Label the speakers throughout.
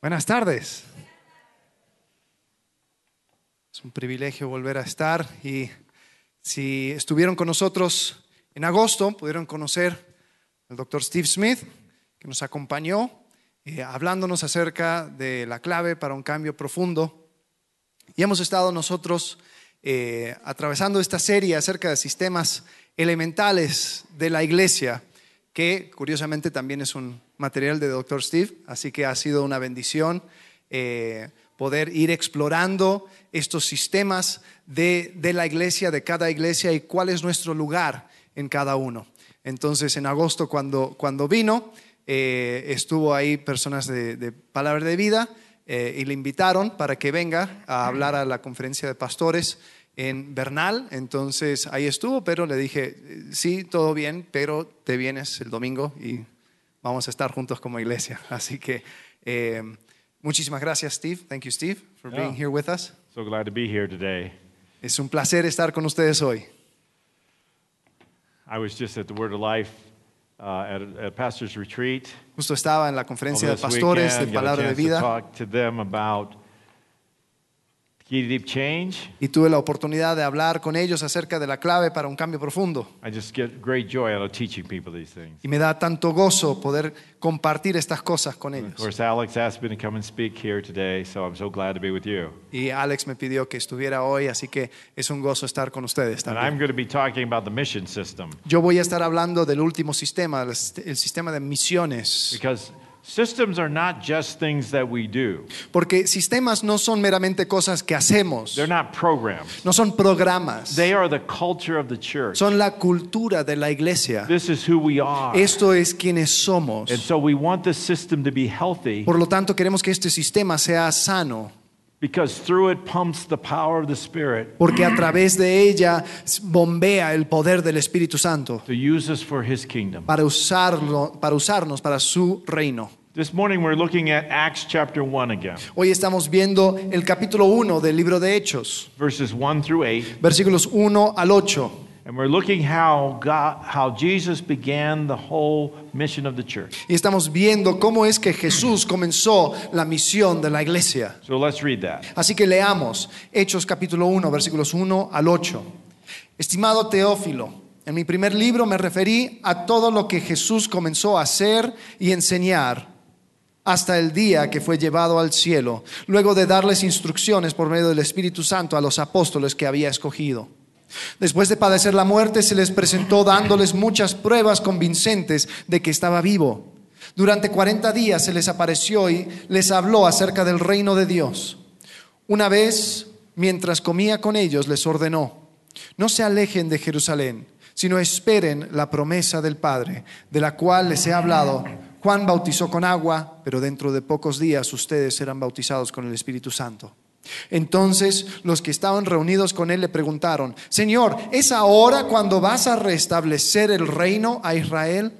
Speaker 1: Buenas tardes. Es un privilegio volver a estar y si estuvieron con nosotros en agosto, pudieron conocer al doctor Steve Smith, que nos acompañó eh, hablándonos acerca de la clave para un cambio profundo. Y hemos estado nosotros eh, atravesando esta serie acerca de sistemas elementales de la iglesia que curiosamente también es un material de Dr. Steve, así que ha sido una bendición eh, poder ir explorando estos sistemas de, de, la iglesia, de cada iglesia y cuál es nuestro lugar en cada uno. Entonces, en agosto cuando, cuando vino, eh, estuvo ahí personas de, de Palabra de Vida eh, y le invitaron para que venga a hablar a la conferencia de pastores en Bernal, entonces ahí estuvo, pero le dije, "Eh, sí, todo bien, pero te vienes el domingo y vamos a estar juntos como iglesia. Así que eh, muchísimas gracias, Steve. Thank you, Steve, for being
Speaker 2: Yeah.
Speaker 1: here with us.
Speaker 2: So glad to be here today.
Speaker 1: Es un placer estar con ustedes hoy.
Speaker 2: I was just at the Word of Life uh, at a, a pastor's retreat.
Speaker 1: Justo estaba en la conferencia de
Speaker 2: over this
Speaker 1: pastores
Speaker 2: weekend.
Speaker 1: de
Speaker 2: Got a
Speaker 1: Palabra de
Speaker 2: chance to
Speaker 1: Vida
Speaker 2: talk to them about key deep change.
Speaker 1: y tuve la oportunidad de hablar con ellos acerca de la clave para un cambio profundo.
Speaker 2: I just get great joy out of teaching people these things.
Speaker 1: Y me da tanto gozo poder compartir estas cosas con
Speaker 2: Of
Speaker 1: ellos.
Speaker 2: course, Alex asked me to come and speak here today, so I'm so glad to be with you.
Speaker 1: Y Alex me pidió que estuviera hoy, así que es un gozo estar con ustedes
Speaker 2: And
Speaker 1: también.
Speaker 2: I'm going to be talking about the mission system
Speaker 1: Yo voy a estar hablando del último sistema, el sist- el sistema de misiones,
Speaker 2: because systems are not just things that we do,
Speaker 1: porque sistemas no son meramente cosas que hacemos,
Speaker 2: they're not programs.
Speaker 1: no son programas,
Speaker 2: They are the culture of the church.
Speaker 1: son la cultura de la iglesia.
Speaker 2: This is who we are.
Speaker 1: Esto es quienes somos.
Speaker 2: And so we want this system to be healthy
Speaker 1: Por lo tanto, queremos que este sistema sea sano,
Speaker 2: because through it pumps the power of the Spirit
Speaker 1: porque a través de ella s- bombea el poder del Espíritu Santo
Speaker 2: to use us for His kingdom.
Speaker 1: para usarlo, para usarnos para su reino.
Speaker 2: This morning we're looking at Acts chapter 1 again,
Speaker 1: Hoy estamos viendo el capítulo 1 del libro de Hechos,
Speaker 2: verses 1 through 8,
Speaker 1: versículos 1 al 8.
Speaker 2: and we're looking how God how Jesus began the whole mission of the church.
Speaker 1: Y estamos viendo cómo es que Jesús comenzó la misión de la iglesia.
Speaker 2: So let's read that.
Speaker 1: Así que leamos Hechos capítulo 1, versículos 1 al 8. Estimado Teófilo, en mi primer libro me referí a todo lo que Jesús comenzó a hacer y enseñar hasta el día que fue llevado al cielo, luego de darles instrucciones por medio del Espíritu Santo a los apóstoles que había escogido. Después de padecer la muerte, se les presentó dándoles muchas pruebas convincentes de que estaba vivo. Durante 40 días se les apareció y les habló acerca del reino de Dios. Una vez, mientras comía con ellos, les ordenó, no se alejen de Jerusalén, sino esperen la promesa del Padre, de la cual les he hablado. Juan bautizó con agua, pero dentro de pocos días ustedes serán bautizados con el Espíritu Santo. Entonces los que estaban reunidos con él le preguntaron, Señor, ¿es ahora cuando vas a restablecer el reino a Israel?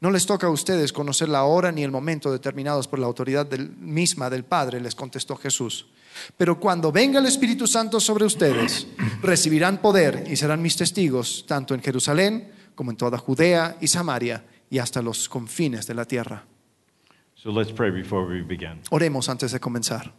Speaker 1: No les toca a ustedes conocer la hora ni el momento determinados por la autoridad del- misma del Padre, les contestó Jesús. Pero cuando venga el Espíritu Santo sobre ustedes, recibirán poder y serán mis testigos, tanto en Jerusalén como en toda Judea y Samaria y hasta los confines de la tierra.
Speaker 2: So let's pray before we begin.
Speaker 1: Oremos antes de comenzar.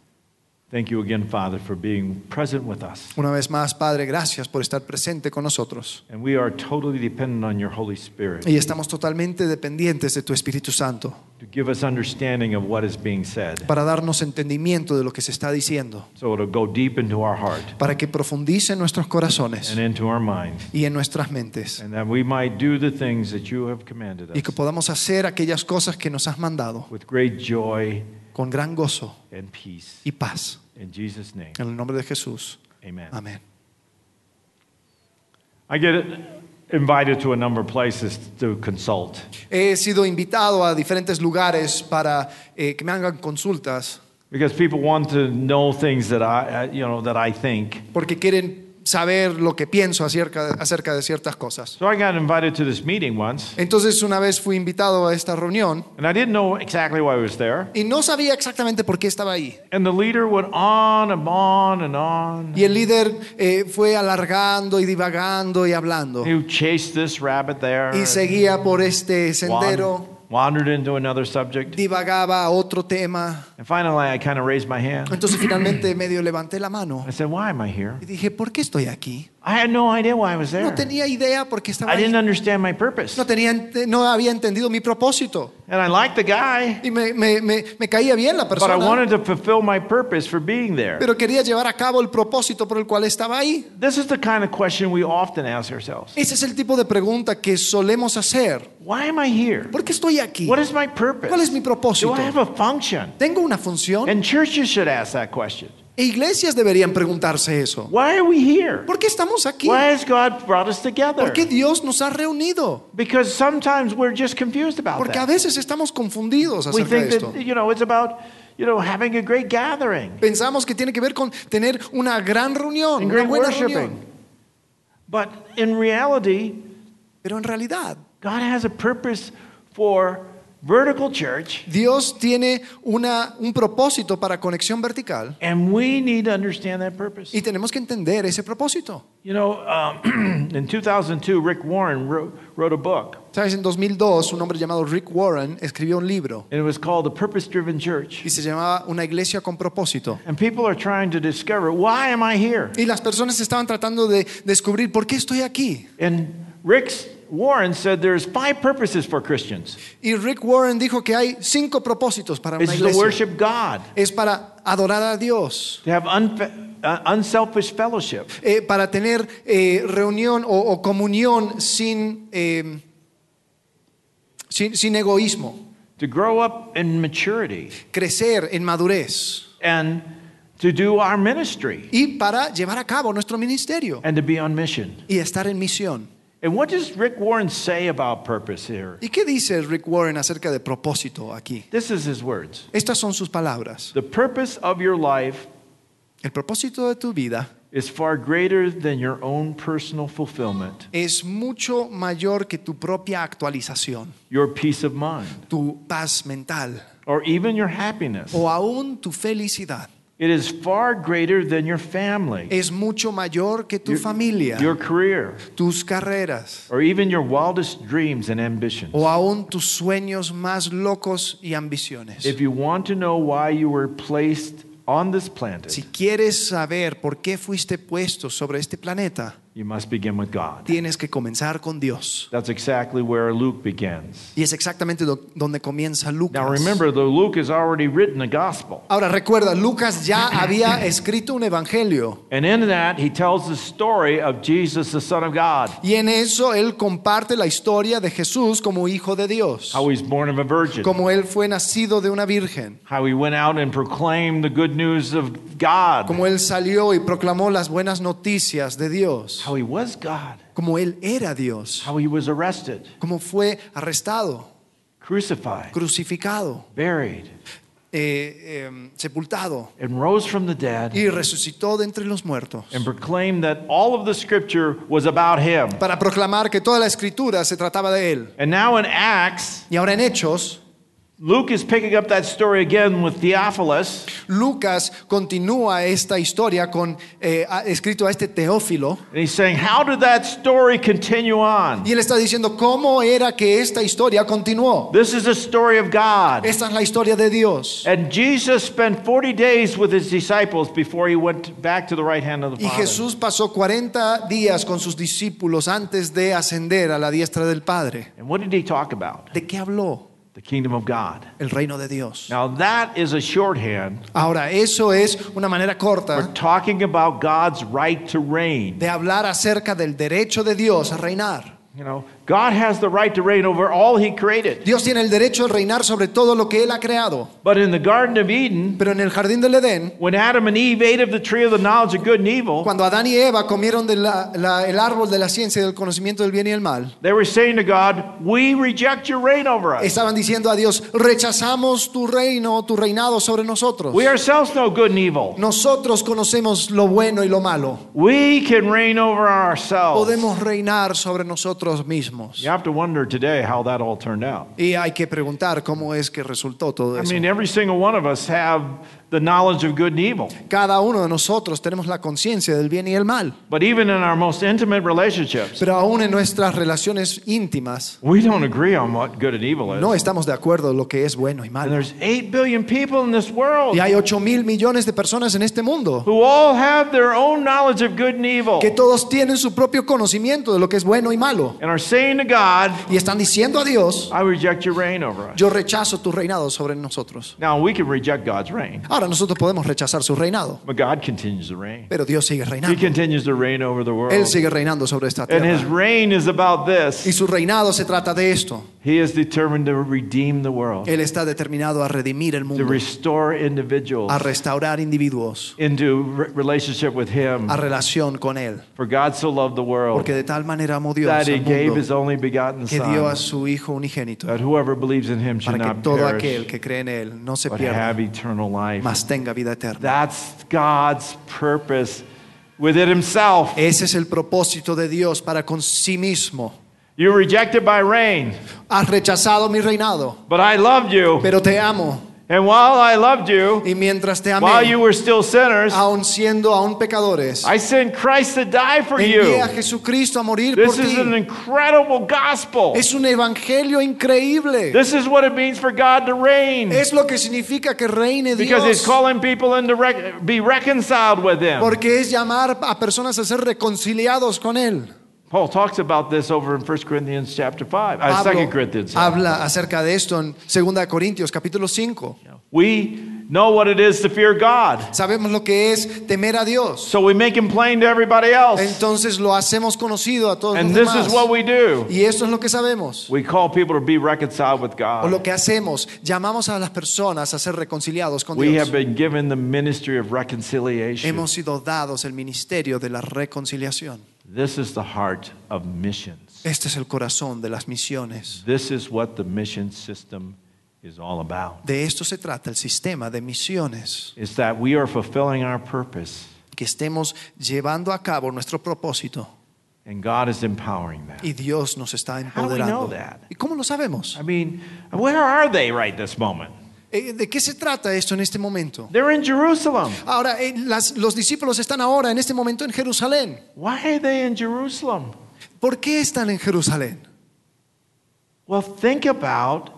Speaker 2: Thank you again, Father, for being present with us.
Speaker 1: Una vez más, Padre, gracias por estar presente con nosotros.
Speaker 2: And we are totally dependent on your Holy Spirit
Speaker 1: Y estamos totalmente dependientes de tu Espíritu Santo
Speaker 2: to give us understanding of what is being said.
Speaker 1: para darnos entendimiento de lo que se está diciendo,
Speaker 2: So it'll go deep into our heart
Speaker 1: para que profundice en nuestros corazones.
Speaker 2: and into our minds,
Speaker 1: y en nuestras mentes
Speaker 2: and that we might do the things that you have commanded
Speaker 1: y que
Speaker 2: us
Speaker 1: podamos hacer aquellas cosas que nos has mandado
Speaker 2: with great joy
Speaker 1: con gran gozo
Speaker 2: and peace.
Speaker 1: y paz.
Speaker 2: In Jesus' name,
Speaker 1: En el nombre de Jesús.
Speaker 2: amen.
Speaker 1: Amén.
Speaker 2: I get invited to a number of places to consult.
Speaker 1: He sido invitado a diferentes lugares para eh, que me hagan consultas
Speaker 2: Because people want to know things that I, uh, you know, that I think.
Speaker 1: porque quieren saber lo que pienso acerca, acerca de ciertas cosas.
Speaker 2: So I got invited to this meeting once,
Speaker 1: Entonces una vez fui invitado a esta reunión
Speaker 2: and I didn't know exactly why I was there.
Speaker 1: y no sabía exactamente por qué estaba ahí.
Speaker 2: And the leader went on and on and on.
Speaker 1: Y el líder eh, fue alargando y divagando y hablando.
Speaker 2: He chased this rabbit there.
Speaker 1: Y seguía por este sendero
Speaker 2: wandered into another subject.
Speaker 1: divagaba a otro tema.
Speaker 2: And finally, I kind of raised my hand.
Speaker 1: Entonces finalmente medio levanté la mano
Speaker 2: I said, Why am I here?
Speaker 1: y dije, ¿por qué estoy aquí?
Speaker 2: I had no idea why I was there.
Speaker 1: No tenía idea por qué estaba
Speaker 2: I didn't
Speaker 1: ahí.
Speaker 2: understand my purpose.
Speaker 1: No, tenía, ente- no había entendido mi propósito.
Speaker 2: And I liked the guy,
Speaker 1: Y me, me- me- me caía bien la
Speaker 2: but I
Speaker 1: persona,
Speaker 2: wanted to fulfill my purpose for being there.
Speaker 1: pero quería llevar a cabo el propósito por el cual estaba ahí.
Speaker 2: This is the kind of question we often ask ourselves
Speaker 1: Ese es el tipo de pregunta que solemos hacer.
Speaker 2: Why am I here?
Speaker 1: ¿Por qué estoy aquí?
Speaker 2: What is my
Speaker 1: ¿Cuál es
Speaker 2: purpose?
Speaker 1: mi
Speaker 2: Do
Speaker 1: propósito?
Speaker 2: I have a function?
Speaker 1: ¿Tengo una función?
Speaker 2: And churches should ask that question.
Speaker 1: E iglesias deberían preguntarse eso.
Speaker 2: Why are we here?
Speaker 1: ¿Por qué estamos aquí?
Speaker 2: Why has God brought us
Speaker 1: ¿Por
Speaker 2: together?
Speaker 1: qué Dios nos ha reunido?
Speaker 2: Because sometimes we're just confused about
Speaker 1: Porque a
Speaker 2: that.
Speaker 1: veces estamos confundidos
Speaker 2: We
Speaker 1: acerca de
Speaker 2: think
Speaker 1: esto.
Speaker 2: that, you know, it's about, you know, having a great gathering
Speaker 1: Pensamos que tiene que ver con tener una gran reunión,
Speaker 2: and
Speaker 1: una
Speaker 2: great
Speaker 1: buena
Speaker 2: worshiping.
Speaker 1: reunión.
Speaker 2: But in reality,
Speaker 1: Pero en realidad,
Speaker 2: God has a purpose for vertical church,
Speaker 1: Dios tiene una, un propósito para conexión vertical
Speaker 2: and we need to understand that purpose.
Speaker 1: y tenemos que entender ese propósito.
Speaker 2: You know, um, in 2002, Rick Warren wrote, wrote a book,
Speaker 1: Sabes, en 2002 un hombre llamado Rick Warren escribió un libro
Speaker 2: and it was called The Purpose Driven Church.
Speaker 1: y se llamaba Una iglesia con propósito.
Speaker 2: And people are trying to discover why am I here?
Speaker 1: Y las personas estaban tratando de descubrir por qué estoy aquí.
Speaker 2: And Rick Warren said there's five purposes for Christians.
Speaker 1: Y Rick Warren dijo que hay cinco propósitos para una
Speaker 2: It's to
Speaker 1: iglesia.
Speaker 2: worship God,
Speaker 1: Es para adorar a Dios,
Speaker 2: to have unfe- uh, unselfish fellowship,
Speaker 1: eh, para tener eh, reunión o, o comunión sin, eh, sin, sin egoísmo,
Speaker 2: to grow up in maturity,
Speaker 1: crecer en madurez
Speaker 2: and to do our ministry,
Speaker 1: y para llevar a cabo nuestro ministerio
Speaker 2: and to be on mission.
Speaker 1: y estar en misión.
Speaker 2: And what does Rick Warren say about purpose here?
Speaker 1: ¿Y qué dice Rick Warren acerca de propósito aquí?
Speaker 2: This is his words
Speaker 1: Estas son sus palabras.
Speaker 2: The purpose of your life
Speaker 1: El propósito de tu vida
Speaker 2: is far greater than your own personal fulfillment,
Speaker 1: es mucho mayor que tu propia actualización,
Speaker 2: your peace of mind,
Speaker 1: tu paz mental
Speaker 2: or even your happiness.
Speaker 1: o aún tu felicidad.
Speaker 2: It is far greater than your family,
Speaker 1: es mucho mayor que tu
Speaker 2: Your-
Speaker 1: familia,
Speaker 2: your career,
Speaker 1: tus carreras
Speaker 2: or even your wildest dreams and ambitions.
Speaker 1: o aún tus sueños más locos y ambiciones.
Speaker 2: If you want to know why you were placed on this
Speaker 1: si
Speaker 2: planet,
Speaker 1: quieres saber por qué fuiste puesto sobre este planeta,
Speaker 2: you must begin with God.
Speaker 1: tienes que comenzar con Dios.
Speaker 2: That's exactly where Luke begins.
Speaker 1: Y es exactamente do- donde comienza Lucas.
Speaker 2: Now remember, though Luke has already written a gospel.
Speaker 1: Ahora recuerda, Lucas ya había escrito un evangelio
Speaker 2: And in that, he tells the story of Jesus, the Son of God,
Speaker 1: y en eso él comparte la historia de Jesús como hijo de Dios,
Speaker 2: how he's born of a virgin,
Speaker 1: como él fue nacido de una virgen,
Speaker 2: how he went out and proclaimed the good news of God,
Speaker 1: como él salió y proclamó las buenas noticias de Dios.
Speaker 2: how he was God,
Speaker 1: como él era Dios,
Speaker 2: how he was arrested,
Speaker 1: como fue arrestado,
Speaker 2: crucified,
Speaker 1: crucificado,
Speaker 2: buried,
Speaker 1: eh, eh, sepultado
Speaker 2: and rose from the dead,
Speaker 1: y resucitó de entre los muertos
Speaker 2: and proclaimed that all of the scripture was about him.
Speaker 1: para proclamar que toda la escritura se trataba de él.
Speaker 2: And now in Acts,
Speaker 1: Y ahora en Hechos,
Speaker 2: Luke is picking up that story again with Theophilus,
Speaker 1: Lucas continúa esta historia con eh, a- escrito a este Teófilo
Speaker 2: and he's saying, How did that story continue on?
Speaker 1: y él está diciendo cómo era que esta historia continuó.
Speaker 2: This is the story of God.
Speaker 1: Esta es la historia de Dios.
Speaker 2: And Jesus spent 40 days with his disciples before he went back to the right hand of the
Speaker 1: Y
Speaker 2: Father.
Speaker 1: Jesús pasó 40 días con sus discípulos antes de ascender a la diestra del Padre.
Speaker 2: And what did he talk about?
Speaker 1: ¿De qué habló?
Speaker 2: The kingdom of God.
Speaker 1: el reino de Dios.
Speaker 2: Now, that is a shorthand
Speaker 1: Ahora, eso es una manera
Speaker 2: for
Speaker 1: corta
Speaker 2: talking about God's right to reign.
Speaker 1: de hablar acerca del derecho de Dios a reinar.
Speaker 2: You know, God has the right to reign over all he created.
Speaker 1: Dios tiene el derecho de reinar sobre todo lo que Él ha creado.
Speaker 2: But in the Garden of Eden,
Speaker 1: Pero en el jardín del Edén,
Speaker 2: when Adam and Eve ate of the tree of the knowledge of good and evil,
Speaker 1: cuando Adán y Eva comieron del el árbol de la ciencia y del conocimiento del bien y el mal,
Speaker 2: they were saying to God, We reject your reign over us.
Speaker 1: estaban diciendo a Dios, rechazamos tu reino, tu reinado sobre nosotros.
Speaker 2: We ourselves know good and evil.
Speaker 1: Nosotros conocemos lo bueno y lo malo.
Speaker 2: We can reign over ourselves.
Speaker 1: Podemos reinar sobre nosotros mismos.
Speaker 2: You have to wonder today how that all turned out.
Speaker 1: Y hay que preguntar cómo es que resultó todo
Speaker 2: I
Speaker 1: eso.
Speaker 2: mean, every single one of us have the knowledge of good and evil.
Speaker 1: Cada uno de nosotros tenemos la conciencia del bien y el mal,
Speaker 2: But even in our most intimate relationships,
Speaker 1: pero aún en nuestras relaciones íntimas
Speaker 2: we don't agree on what good and evil is.
Speaker 1: no estamos de acuerdo en lo que es bueno y
Speaker 2: And
Speaker 1: malo.
Speaker 2: there's 8 billion people in this world
Speaker 1: Y hay 8 mil millones de personas en este mundo
Speaker 2: who all have their own knowledge of good and evil
Speaker 1: que todos tienen su propio conocimiento de lo que es bueno y malo
Speaker 2: and are saying to God,
Speaker 1: y están diciendo a Dios,
Speaker 2: I reject your reign over us.
Speaker 1: yo rechazo tu reinado sobre nosotros.
Speaker 2: Now, we can reject God's reign,
Speaker 1: Ahora nosotros podemos rechazar su reinado,
Speaker 2: but God continues to reign.
Speaker 1: pero Dios sigue
Speaker 2: He
Speaker 1: reinando.
Speaker 2: continues to reign over the
Speaker 1: Él
Speaker 2: world.
Speaker 1: sigue reinando sobre esta
Speaker 2: And his
Speaker 1: tierra.
Speaker 2: reign is about
Speaker 1: Y
Speaker 2: this
Speaker 1: su reinado se trata de esto.
Speaker 2: He is determined to redeem the world,
Speaker 1: Él está determinado a redimir el
Speaker 2: to
Speaker 1: mundo,
Speaker 2: restore individuals
Speaker 1: a restaurar individuos,
Speaker 2: into re- relationship with Him.
Speaker 1: a relación con Él.
Speaker 2: For God so loved the world
Speaker 1: Porque de tal manera amó Dios
Speaker 2: that He
Speaker 1: al
Speaker 2: gave
Speaker 1: mundo
Speaker 2: His only begotten
Speaker 1: que dio a
Speaker 2: Son,
Speaker 1: su Hijo unigénito
Speaker 2: that whoever believes in Him should
Speaker 1: para que
Speaker 2: not
Speaker 1: todo aquel
Speaker 2: perish,
Speaker 1: que cree en Él no se
Speaker 2: but
Speaker 1: pierda,
Speaker 2: have eternal life.
Speaker 1: mas tenga vida eterna.
Speaker 2: That's God's purpose within Himself.
Speaker 1: Ese es el propósito de Dios para con sí mismo.
Speaker 2: You rejected my reign,
Speaker 1: Has rechazado mi reinado,
Speaker 2: but I loved you.
Speaker 1: pero te amo.
Speaker 2: And while I loved you,
Speaker 1: Y mientras te
Speaker 2: while
Speaker 1: amé,
Speaker 2: you were still sinners,
Speaker 1: aun siendo aún pecadores,
Speaker 2: I sent Christ to die for
Speaker 1: envié
Speaker 2: you.
Speaker 1: a Jesucristo a morir por
Speaker 2: This is an
Speaker 1: ti.
Speaker 2: incredible gospel.
Speaker 1: Es un evangelio increíble.
Speaker 2: This is what it means for God to reign.
Speaker 1: Es lo que significa que reine
Speaker 2: Because it's
Speaker 1: Dios.
Speaker 2: calling people in to rec- be reconciled with Him.
Speaker 1: Porque es llamar a personas a ser reconciliados con Él.
Speaker 2: Paul talks about this over in 1 Corinthians chapter 5, uh, 2 Corinthians.
Speaker 1: habla acerca de esto en 2 Corintios capítulo 5.
Speaker 2: We know what it is to fear God,
Speaker 1: Sabemos lo que es temer a Dios.
Speaker 2: so we make Him plain to everybody else.
Speaker 1: Entonces lo hacemos conocido a todos
Speaker 2: And
Speaker 1: los
Speaker 2: this
Speaker 1: demás.
Speaker 2: is what we do.
Speaker 1: y esto es lo que sabemos.
Speaker 2: We call people to be reconciled with
Speaker 1: O
Speaker 2: God.
Speaker 1: lo que hacemos, llamamos a las personas a ser reconciliados con
Speaker 2: We
Speaker 1: Dios.
Speaker 2: have been given the ministry of reconciliation.
Speaker 1: Hemos sido dados el ministerio de la reconciliación.
Speaker 2: This is the heart of missions.
Speaker 1: Este es el corazón de las misiones.
Speaker 2: This is what the mission system is all about.
Speaker 1: De esto se trata el sistema de misiones,
Speaker 2: It's that we are fulfilling our purpose
Speaker 1: que estemos llevando a cabo nuestro propósito
Speaker 2: and God is empowering that.
Speaker 1: y Dios nos está
Speaker 2: do we know
Speaker 1: empoderando.
Speaker 2: that?
Speaker 1: ¿Y cómo lo sabemos?
Speaker 2: I mean, where are they right this moment?
Speaker 1: Eh, ¿De qué se trata esto en este momento?
Speaker 2: They're in Jerusalem.
Speaker 1: Ahora, eh, las- los discípulos están ahora en este momento en Jerusalén.
Speaker 2: Why are they in Jerusalem?
Speaker 1: ¿Por qué están en Jerusalén?
Speaker 2: Well, think about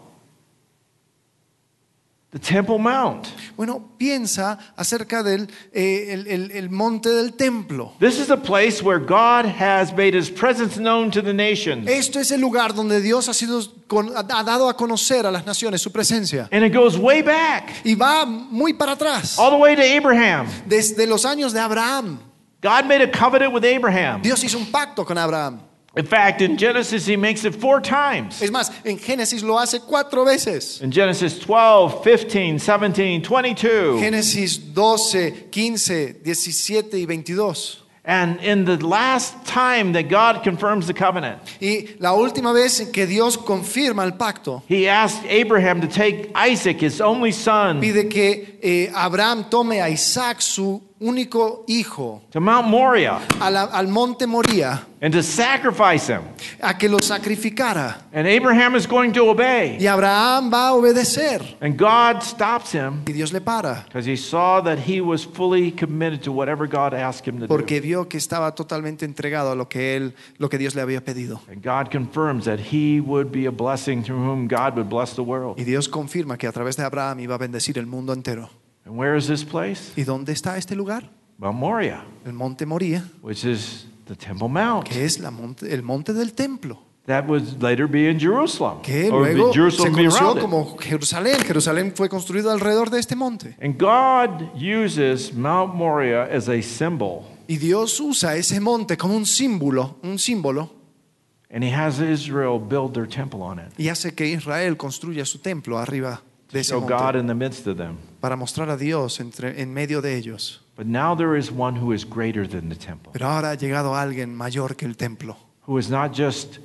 Speaker 2: the Temple Mount.
Speaker 1: Bueno, piensa acerca del eh, el- el- el monte del templo.
Speaker 2: This is a place where God has made his presence known to the nations.
Speaker 1: Esto es el lugar donde Dios ha, sido con- ha dado a conocer a las naciones su presencia.
Speaker 2: And it goes way back,
Speaker 1: Y va muy para atrás,
Speaker 2: all the way to Abraham.
Speaker 1: desde los años de Abraham.
Speaker 2: God made a covenant with Abraham.
Speaker 1: Dios hizo un pacto con Abraham.
Speaker 2: In fact, in Genesis, he makes it four times.
Speaker 1: Es más, en Génesis lo hace cuatro veces.
Speaker 2: In Genesis 12, 15, 17, 22.
Speaker 1: Génesis 12, 15, 17 y 22.
Speaker 2: And in the last time that God confirms the covenant,
Speaker 1: Y la última vez en que Dios confirma el pacto,
Speaker 2: he asked Abraham to take Isaac, his only son,
Speaker 1: pide que eh, Abraham tome a Isaac, su único hijo,
Speaker 2: to Mount Moriah
Speaker 1: a la- al monte Moría,
Speaker 2: and to sacrifice him.
Speaker 1: a que lo sacrificara.
Speaker 2: And Abraham is going to obey.
Speaker 1: Y Abraham va a obedecer.
Speaker 2: And God stops him
Speaker 1: Y Dios le para,
Speaker 2: because he saw that he was fully committed to whatever God asked him to do.
Speaker 1: porque vio que estaba totalmente entregado a lo que él, lo que Dios le había pedido.
Speaker 2: And God confirms that he would be a blessing through whom God would bless the world.
Speaker 1: Y Dios confirma que a través de Abraham iba a bendecir el mundo entero.
Speaker 2: And where is this place?
Speaker 1: ¿Y dónde está este lugar?
Speaker 2: Mount Moriah,
Speaker 1: El monte Moría,
Speaker 2: which is the Temple Mount.
Speaker 1: que es la monte- el monte del templo,
Speaker 2: That would later be in Jerusalem.
Speaker 1: que
Speaker 2: or be
Speaker 1: luego se
Speaker 2: Jerusalem be
Speaker 1: conoció
Speaker 2: around it.
Speaker 1: como Jerusalén. Jerusalén fue construido alrededor de este monte.
Speaker 2: And God uses Mount Moriah as a symbol.
Speaker 1: Y Dios usa ese monte como un símbolo, un símbolo,
Speaker 2: And he has Israel build their temple on it.
Speaker 1: y hace que Israel construya su templo arriba de ese
Speaker 2: So God
Speaker 1: monte
Speaker 2: in the midst of them.
Speaker 1: para mostrar a Dios entre- en medio de ellos.
Speaker 2: But now there is one who is greater than the temple,
Speaker 1: Pero ahora ha llegado alguien mayor que el templo,
Speaker 2: who is not just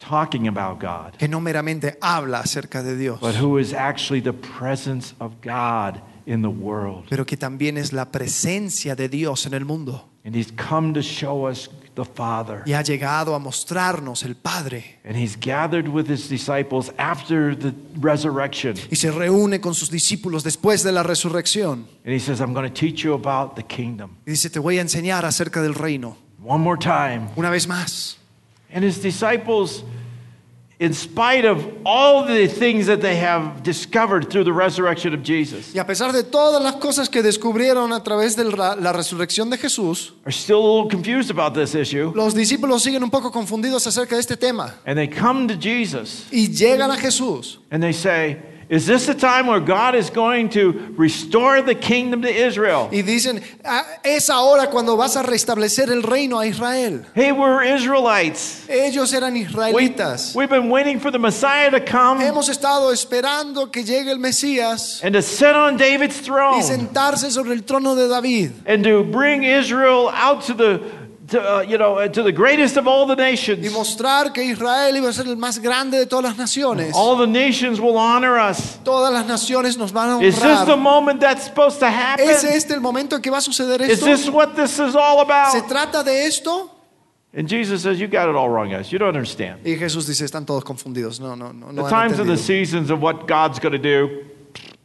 Speaker 2: talking about God,
Speaker 1: que no meramente habla acerca de Dios,
Speaker 2: but who is actually the presence of God in the world.
Speaker 1: pero que también es la presencia de Dios en el mundo.
Speaker 2: And he's come to show us the Father.
Speaker 1: y ha llegado a mostrarnos el Padre.
Speaker 2: And he's gathered with his disciples after the resurrection.
Speaker 1: Y se reúne con sus discípulos después de la resurrección.
Speaker 2: And he says, I'm going to teach you about the kingdom
Speaker 1: Y dice, te voy a enseñar acerca del reino.
Speaker 2: one more time.
Speaker 1: Una vez más.
Speaker 2: And his disciples, in spite of all the things that they have discovered through the resurrection of Jesus,
Speaker 1: Y a pesar de todas las cosas que descubrieron a través de la la resurrección de Jesús,
Speaker 2: are still a little confused about this issue.
Speaker 1: los discípulos siguen un poco confundidos acerca de este tema.
Speaker 2: And they come to Jesus
Speaker 1: Y llegan a Jesús
Speaker 2: and they say, Is this the time where God is going to restore the kingdom to Israel?
Speaker 1: y dicen, "Ah, es ahora cuando vas a restablecer el reino a Israel.
Speaker 2: Hey, we're Israelites.
Speaker 1: Ellos eran
Speaker 2: We,
Speaker 1: israelitas.
Speaker 2: we've been waiting for the Messiah to come
Speaker 1: Hemos estado esperando que llegue el Mesías
Speaker 2: and to sit on David's
Speaker 1: y
Speaker 2: throne
Speaker 1: sentarse sobre el trono de David
Speaker 2: and to bring Israel out to the to, uh, you know, uh, to the greatest of all the
Speaker 1: y
Speaker 2: nations.
Speaker 1: mostrar que Israel iba a ser el más grande de todas las naciones.
Speaker 2: All the nations will honor us.
Speaker 1: Todas las naciones nos van a
Speaker 2: Is this the
Speaker 1: honrar.
Speaker 2: moment that's supposed to
Speaker 1: ¿Es
Speaker 2: happen?
Speaker 1: este el momento en que va a suceder
Speaker 2: Is
Speaker 1: esto?
Speaker 2: this what this is all
Speaker 1: ¿Se
Speaker 2: about?
Speaker 1: trata de esto?
Speaker 2: And Jesus says, You got it all wrong, guys. You don't understand.
Speaker 1: Y Jesús dice, están todos confundidos. No, no, no. no
Speaker 2: The
Speaker 1: han
Speaker 2: times and the
Speaker 1: entendido.
Speaker 2: seasons of what God's going to do,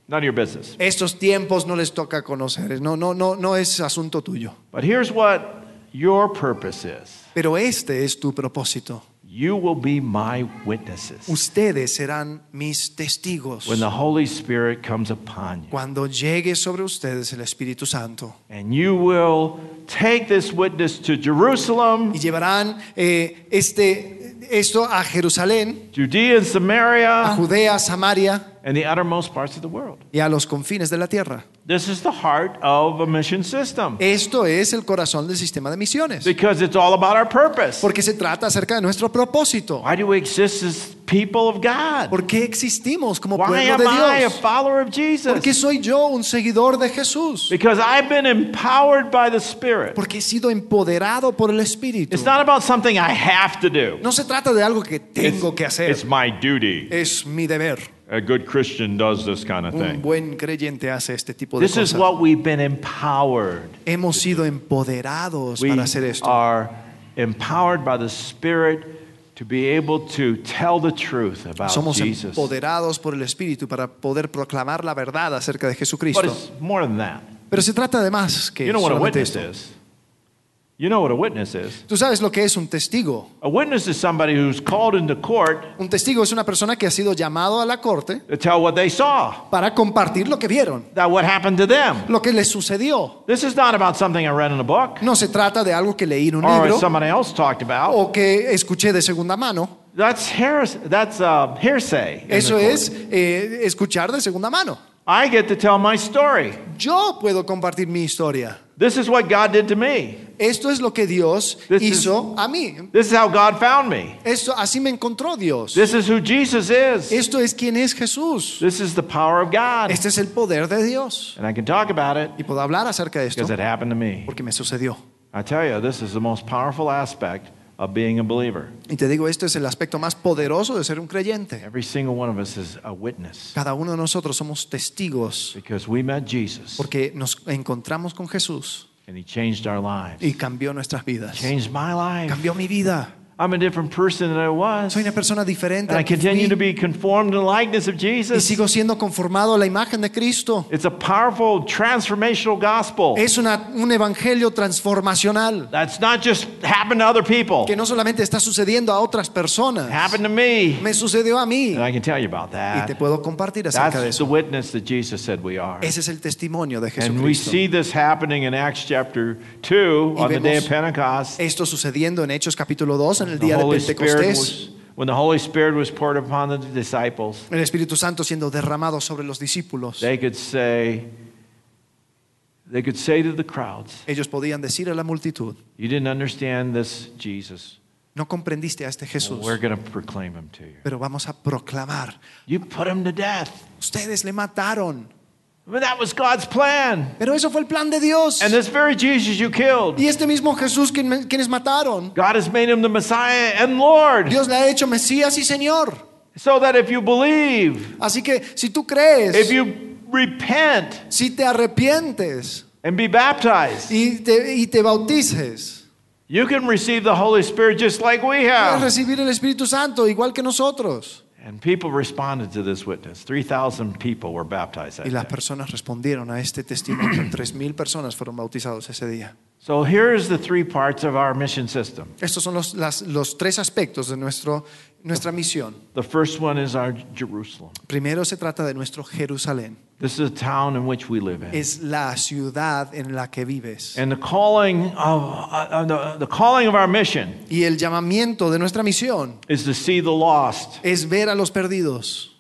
Speaker 2: none of your business.
Speaker 1: Estos tiempos no les toca conocer. No, no, no, no es asunto tuyo.
Speaker 2: But here's what your purpose is
Speaker 1: Pero este es tu propósito.
Speaker 2: you will be my witnesses
Speaker 1: Ustedes serán mis testigos
Speaker 2: when the Holy Spirit comes upon you.
Speaker 1: cuando llegue sobre ustedes el Espíritu Santo.
Speaker 2: And you will take this witness to Jerusalem,
Speaker 1: Y llevarán eh, este, esto a Jerusalén,
Speaker 2: Judea, and
Speaker 1: a
Speaker 2: Samaria,
Speaker 1: Judea, Samaria
Speaker 2: and the uttermost parts of the world.
Speaker 1: y a los confines de la tierra.
Speaker 2: This is the heart of a mission system.
Speaker 1: Esto es el corazón del sistema de misiones.
Speaker 2: Because it's all about our purpose.
Speaker 1: Porque se trata acerca de nuestro propósito.
Speaker 2: Why do we exist as people of God?
Speaker 1: ¿Por qué existimos como
Speaker 2: Why
Speaker 1: pueblo
Speaker 2: am I
Speaker 1: de
Speaker 2: a
Speaker 1: Dios?
Speaker 2: follower of
Speaker 1: ¿Por qué
Speaker 2: Jesus?
Speaker 1: soy yo un seguidor de Jesús?
Speaker 2: Because I've been empowered by the Spirit.
Speaker 1: Porque he sido empoderado por el Espíritu.
Speaker 2: It's not about something I have to do.
Speaker 1: No se trata de algo que
Speaker 2: It's,
Speaker 1: tengo que
Speaker 2: it's
Speaker 1: hacer.
Speaker 2: my duty.
Speaker 1: Es mi deber.
Speaker 2: A good Christian does this kind of
Speaker 1: Un
Speaker 2: thing.
Speaker 1: buen creyente hace este tipo de
Speaker 2: This is
Speaker 1: cosas.
Speaker 2: what we've been empowered.
Speaker 1: Hemos sido empoderados
Speaker 2: We
Speaker 1: para hacer esto.
Speaker 2: are empowered by the Spirit to be able to tell the truth about
Speaker 1: Somos
Speaker 2: Jesus.
Speaker 1: empoderados por el Espíritu para poder proclamar la verdad acerca de
Speaker 2: But
Speaker 1: Jesucristo.
Speaker 2: it's more than that.
Speaker 1: Pero se trata de más que
Speaker 2: You know what a
Speaker 1: solamente
Speaker 2: witness
Speaker 1: esto.
Speaker 2: is. You know what a witness is.
Speaker 1: Tú sabes lo que es un testigo.
Speaker 2: A witness is somebody who's called into court
Speaker 1: Un testigo es una persona que ha sido llamado a la corte
Speaker 2: to tell what they saw,
Speaker 1: para compartir lo que vieron,
Speaker 2: that what happened to them.
Speaker 1: lo que les sucedió.
Speaker 2: This is not about something I read in a book
Speaker 1: No se trata de algo que leí en un
Speaker 2: or
Speaker 1: libro Oh.
Speaker 2: somebody else talked about.
Speaker 1: o que escuché de segunda mano.
Speaker 2: That's hears that's uh, hearsay. in the
Speaker 1: Eso
Speaker 2: court.
Speaker 1: es eh, escuchar de segunda mano.
Speaker 2: I get to tell my story.
Speaker 1: Yo puedo compartir mi historia.
Speaker 2: This is what God did to me.
Speaker 1: Esto es lo que Dios
Speaker 2: This is-
Speaker 1: hizo a mí.
Speaker 2: This is how God found me.
Speaker 1: Esto así me encontró Dios.
Speaker 2: This is who Jesus is.
Speaker 1: Esto es quien es Jesús.
Speaker 2: This is the power of God.
Speaker 1: Este es el poder de Dios.
Speaker 2: And I can talk about it
Speaker 1: Y puedo hablar acerca de esto
Speaker 2: because it happened to me.
Speaker 1: porque me sucedió.
Speaker 2: I tell you, this is the most powerful aspect of being a believer.
Speaker 1: Y te digo, esto es el aspecto más poderoso de ser un creyente.
Speaker 2: Every single one of us is a witness.
Speaker 1: Cada uno de nosotros somos testigos
Speaker 2: Because we met Jesus
Speaker 1: porque nos encontramos con Jesús
Speaker 2: and he changed our lives.
Speaker 1: y cambió nuestras vidas.
Speaker 2: changed my life.
Speaker 1: Cambió mi vida.
Speaker 2: I'm a different person than I was.
Speaker 1: Soy una persona diferente.
Speaker 2: And I
Speaker 1: a quien
Speaker 2: continue
Speaker 1: fui
Speaker 2: to be conformed to the likeness of
Speaker 1: Y
Speaker 2: Jesus.
Speaker 1: sigo siendo conformado a la imagen de Cristo.
Speaker 2: It's a powerful transformational gospel.
Speaker 1: Es una- un evangelio transformacional
Speaker 2: That's not just happened to other people.
Speaker 1: que no solamente está sucediendo a otras personas.
Speaker 2: Happened to me.
Speaker 1: Me sucedió a mí.
Speaker 2: And I can tell you about
Speaker 1: Y te
Speaker 2: that.
Speaker 1: puedo compartir acerca de
Speaker 2: That's the
Speaker 1: eso.
Speaker 2: witness that Jesus said we are.
Speaker 1: Ese es el testimonio de
Speaker 2: And we
Speaker 1: Jesucristo.
Speaker 2: see this happening in Acts chapter 2
Speaker 1: Y
Speaker 2: on the day of
Speaker 1: vemos
Speaker 2: Pentecost.
Speaker 1: Esto sucediendo en Hechos capítulo 2, en el
Speaker 2: The
Speaker 1: día de
Speaker 2: Holy Spirit
Speaker 1: Pentecostés,
Speaker 2: was, when the Holy Spirit was poured upon the disciples.
Speaker 1: el Espíritu Santo siendo derramado sobre los discípulos.
Speaker 2: they could say they could say to the crowds
Speaker 1: Ellos podían decir a la multitud,
Speaker 2: you didn't understand this jesus
Speaker 1: no comprendiste a este
Speaker 2: Well,
Speaker 1: Jesús,
Speaker 2: we're going to proclaim him to you
Speaker 1: pero vamos a proclamar,
Speaker 2: you put him to death
Speaker 1: ustedes le mataron,
Speaker 2: I mean, that was god's plan
Speaker 1: pero eso fue el plan de Dios.
Speaker 2: and this very jesus you killed
Speaker 1: Y este mismo Jesús quien- quienes mataron,
Speaker 2: god has made him the messiah and lord
Speaker 1: Dios le ha hecho Mesías y Señor.
Speaker 2: so that if you believe
Speaker 1: Así que si tú
Speaker 2: if
Speaker 1: crees,
Speaker 2: you repent
Speaker 1: si te arrepientes
Speaker 2: and be baptized
Speaker 1: y te, y te bautices,
Speaker 2: You can receive the Holy Spirit just like we
Speaker 1: Puedes
Speaker 2: have.
Speaker 1: recibir el Espíritu Santo igual que nosotros.
Speaker 2: And people responded to this witness. 3,000 people were baptized
Speaker 1: Y
Speaker 2: that
Speaker 1: las
Speaker 2: day.
Speaker 1: personas respondieron a este testimonio. Tres mil personas fueron bautizados ese día.
Speaker 2: So here's the three parts of our mission system.
Speaker 1: Estos son los, las- los tres aspectos de nuestro, nuestra misión.
Speaker 2: The first one is our Jerusalem.
Speaker 1: Primero se trata de nuestro Jerusalén.
Speaker 2: This is a town in which we live in.
Speaker 1: Es la ciudad en la que vives.
Speaker 2: And the calling of uh, the, the calling of our mission
Speaker 1: Y el llamamiento de nuestra misión
Speaker 2: is to see the lost.
Speaker 1: es ver a los perdidos.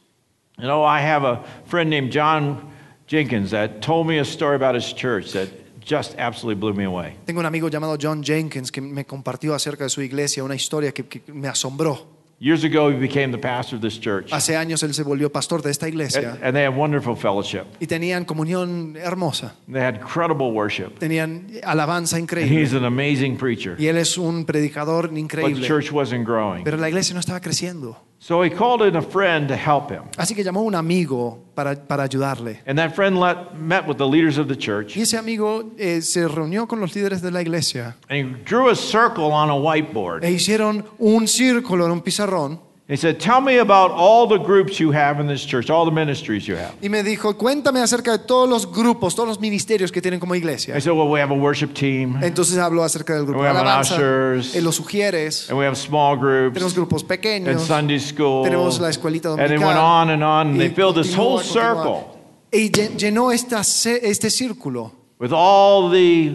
Speaker 2: You know, I have a friend named John Jenkins that told me a story about his church that just absolutely blew me away.
Speaker 1: Tengo un amigo llamado John Jenkins que me compartió acerca de su iglesia una historia que, que me asombró.
Speaker 2: Years ago, he became the pastor of this church,
Speaker 1: Hace años él se volvió pastor de esta iglesia
Speaker 2: and they had wonderful fellowship.
Speaker 1: y tenían comunión hermosa.
Speaker 2: They had incredible worship.
Speaker 1: Tenían alabanza
Speaker 2: And
Speaker 1: increíble.
Speaker 2: he's an amazing preacher,
Speaker 1: Y él es un predicador
Speaker 2: but the
Speaker 1: increíble.
Speaker 2: church wasn't growing.
Speaker 1: Pero la iglesia no estaba creciendo.
Speaker 2: So he called in a friend to help him,
Speaker 1: Así que llamó a un amigo para, para ayudarle.
Speaker 2: and that friend let, met with the leaders of the church,
Speaker 1: Y ese amigo eh, se reunió con los líderes de la iglesia
Speaker 2: and he drew a circle on a whiteboard.
Speaker 1: e hicieron un círculo en un pizarrón
Speaker 2: He said, "Tell me about all the groups you have in this church, all the ministries you have."
Speaker 1: y me dijo, cuéntame acerca de todos los grupos, todos los ministerios que tienen como
Speaker 2: I
Speaker 1: iglesia.
Speaker 2: said, "Well, we have a worship team,
Speaker 1: Entonces habló acerca del grupo de
Speaker 2: We have
Speaker 1: alabanza,
Speaker 2: ushers.
Speaker 1: eh, los sugieres,
Speaker 2: and we have small groups."
Speaker 1: tenemos grupos
Speaker 2: and
Speaker 1: pequeños,
Speaker 2: Sunday school.
Speaker 1: tenemos la escuelita
Speaker 2: And it went
Speaker 1: dominical.
Speaker 2: on and on. And they
Speaker 1: Y
Speaker 2: filled this whole
Speaker 1: continúa, continúa.
Speaker 2: circle
Speaker 1: Y lle- llenó esta, ce- este círculo
Speaker 2: with all the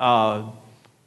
Speaker 2: uh,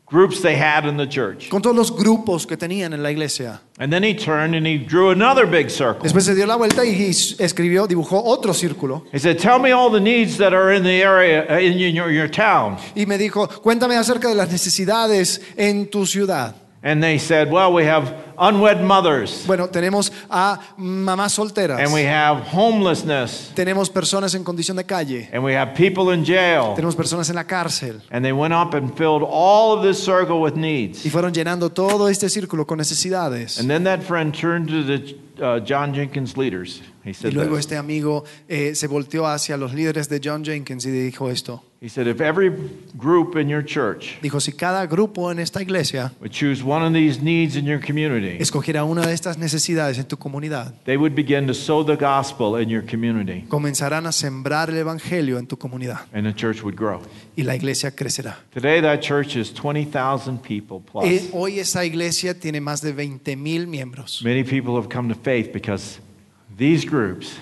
Speaker 2: groups they had in the church.
Speaker 1: con todos los grupos que tenían en la iglesia.
Speaker 2: And then he turned and he drew another big circle.
Speaker 1: Después se dio la vuelta y his- escribió, dibujó otro círculo.
Speaker 2: He said, Tell me all the needs that are in the area, uh, in your, your town.
Speaker 1: Y me dijo, cuéntame acerca de las necesidades en tu ciudad.
Speaker 2: And they said, Well, we have unwed mothers,
Speaker 1: Bueno, tenemos a mamás solteras,
Speaker 2: and we have homelessness,
Speaker 1: tenemos personas en condición de calle,
Speaker 2: and we have people in jail.
Speaker 1: tenemos personas en la cárcel.
Speaker 2: And they went up and filled all of this circle with
Speaker 1: Y
Speaker 2: needs.
Speaker 1: fueron llenando todo este círculo con necesidades.
Speaker 2: And then that friend turned to the uh, John Jenkins leaders. He
Speaker 1: Y
Speaker 2: said,
Speaker 1: luego
Speaker 2: this.
Speaker 1: este amigo eh, se volteó hacia los líderes de John Jenkins y dijo esto.
Speaker 2: He said, if every group in your church
Speaker 1: Dijo, si cada grupo en esta iglesia
Speaker 2: would choose one of these needs in your community,
Speaker 1: escogiera una de estas necesidades en tu comunidad,
Speaker 2: they would begin to sow the gospel in your community
Speaker 1: comenzarán a sembrar el Evangelio en tu comunidad
Speaker 2: and the church would grow.
Speaker 1: y la iglesia crecerá.
Speaker 2: Today, that church is 20,000 people plus.
Speaker 1: Eh, hoy esa iglesia tiene más de 20 mil miembros.
Speaker 2: Many people have come to faith because these groups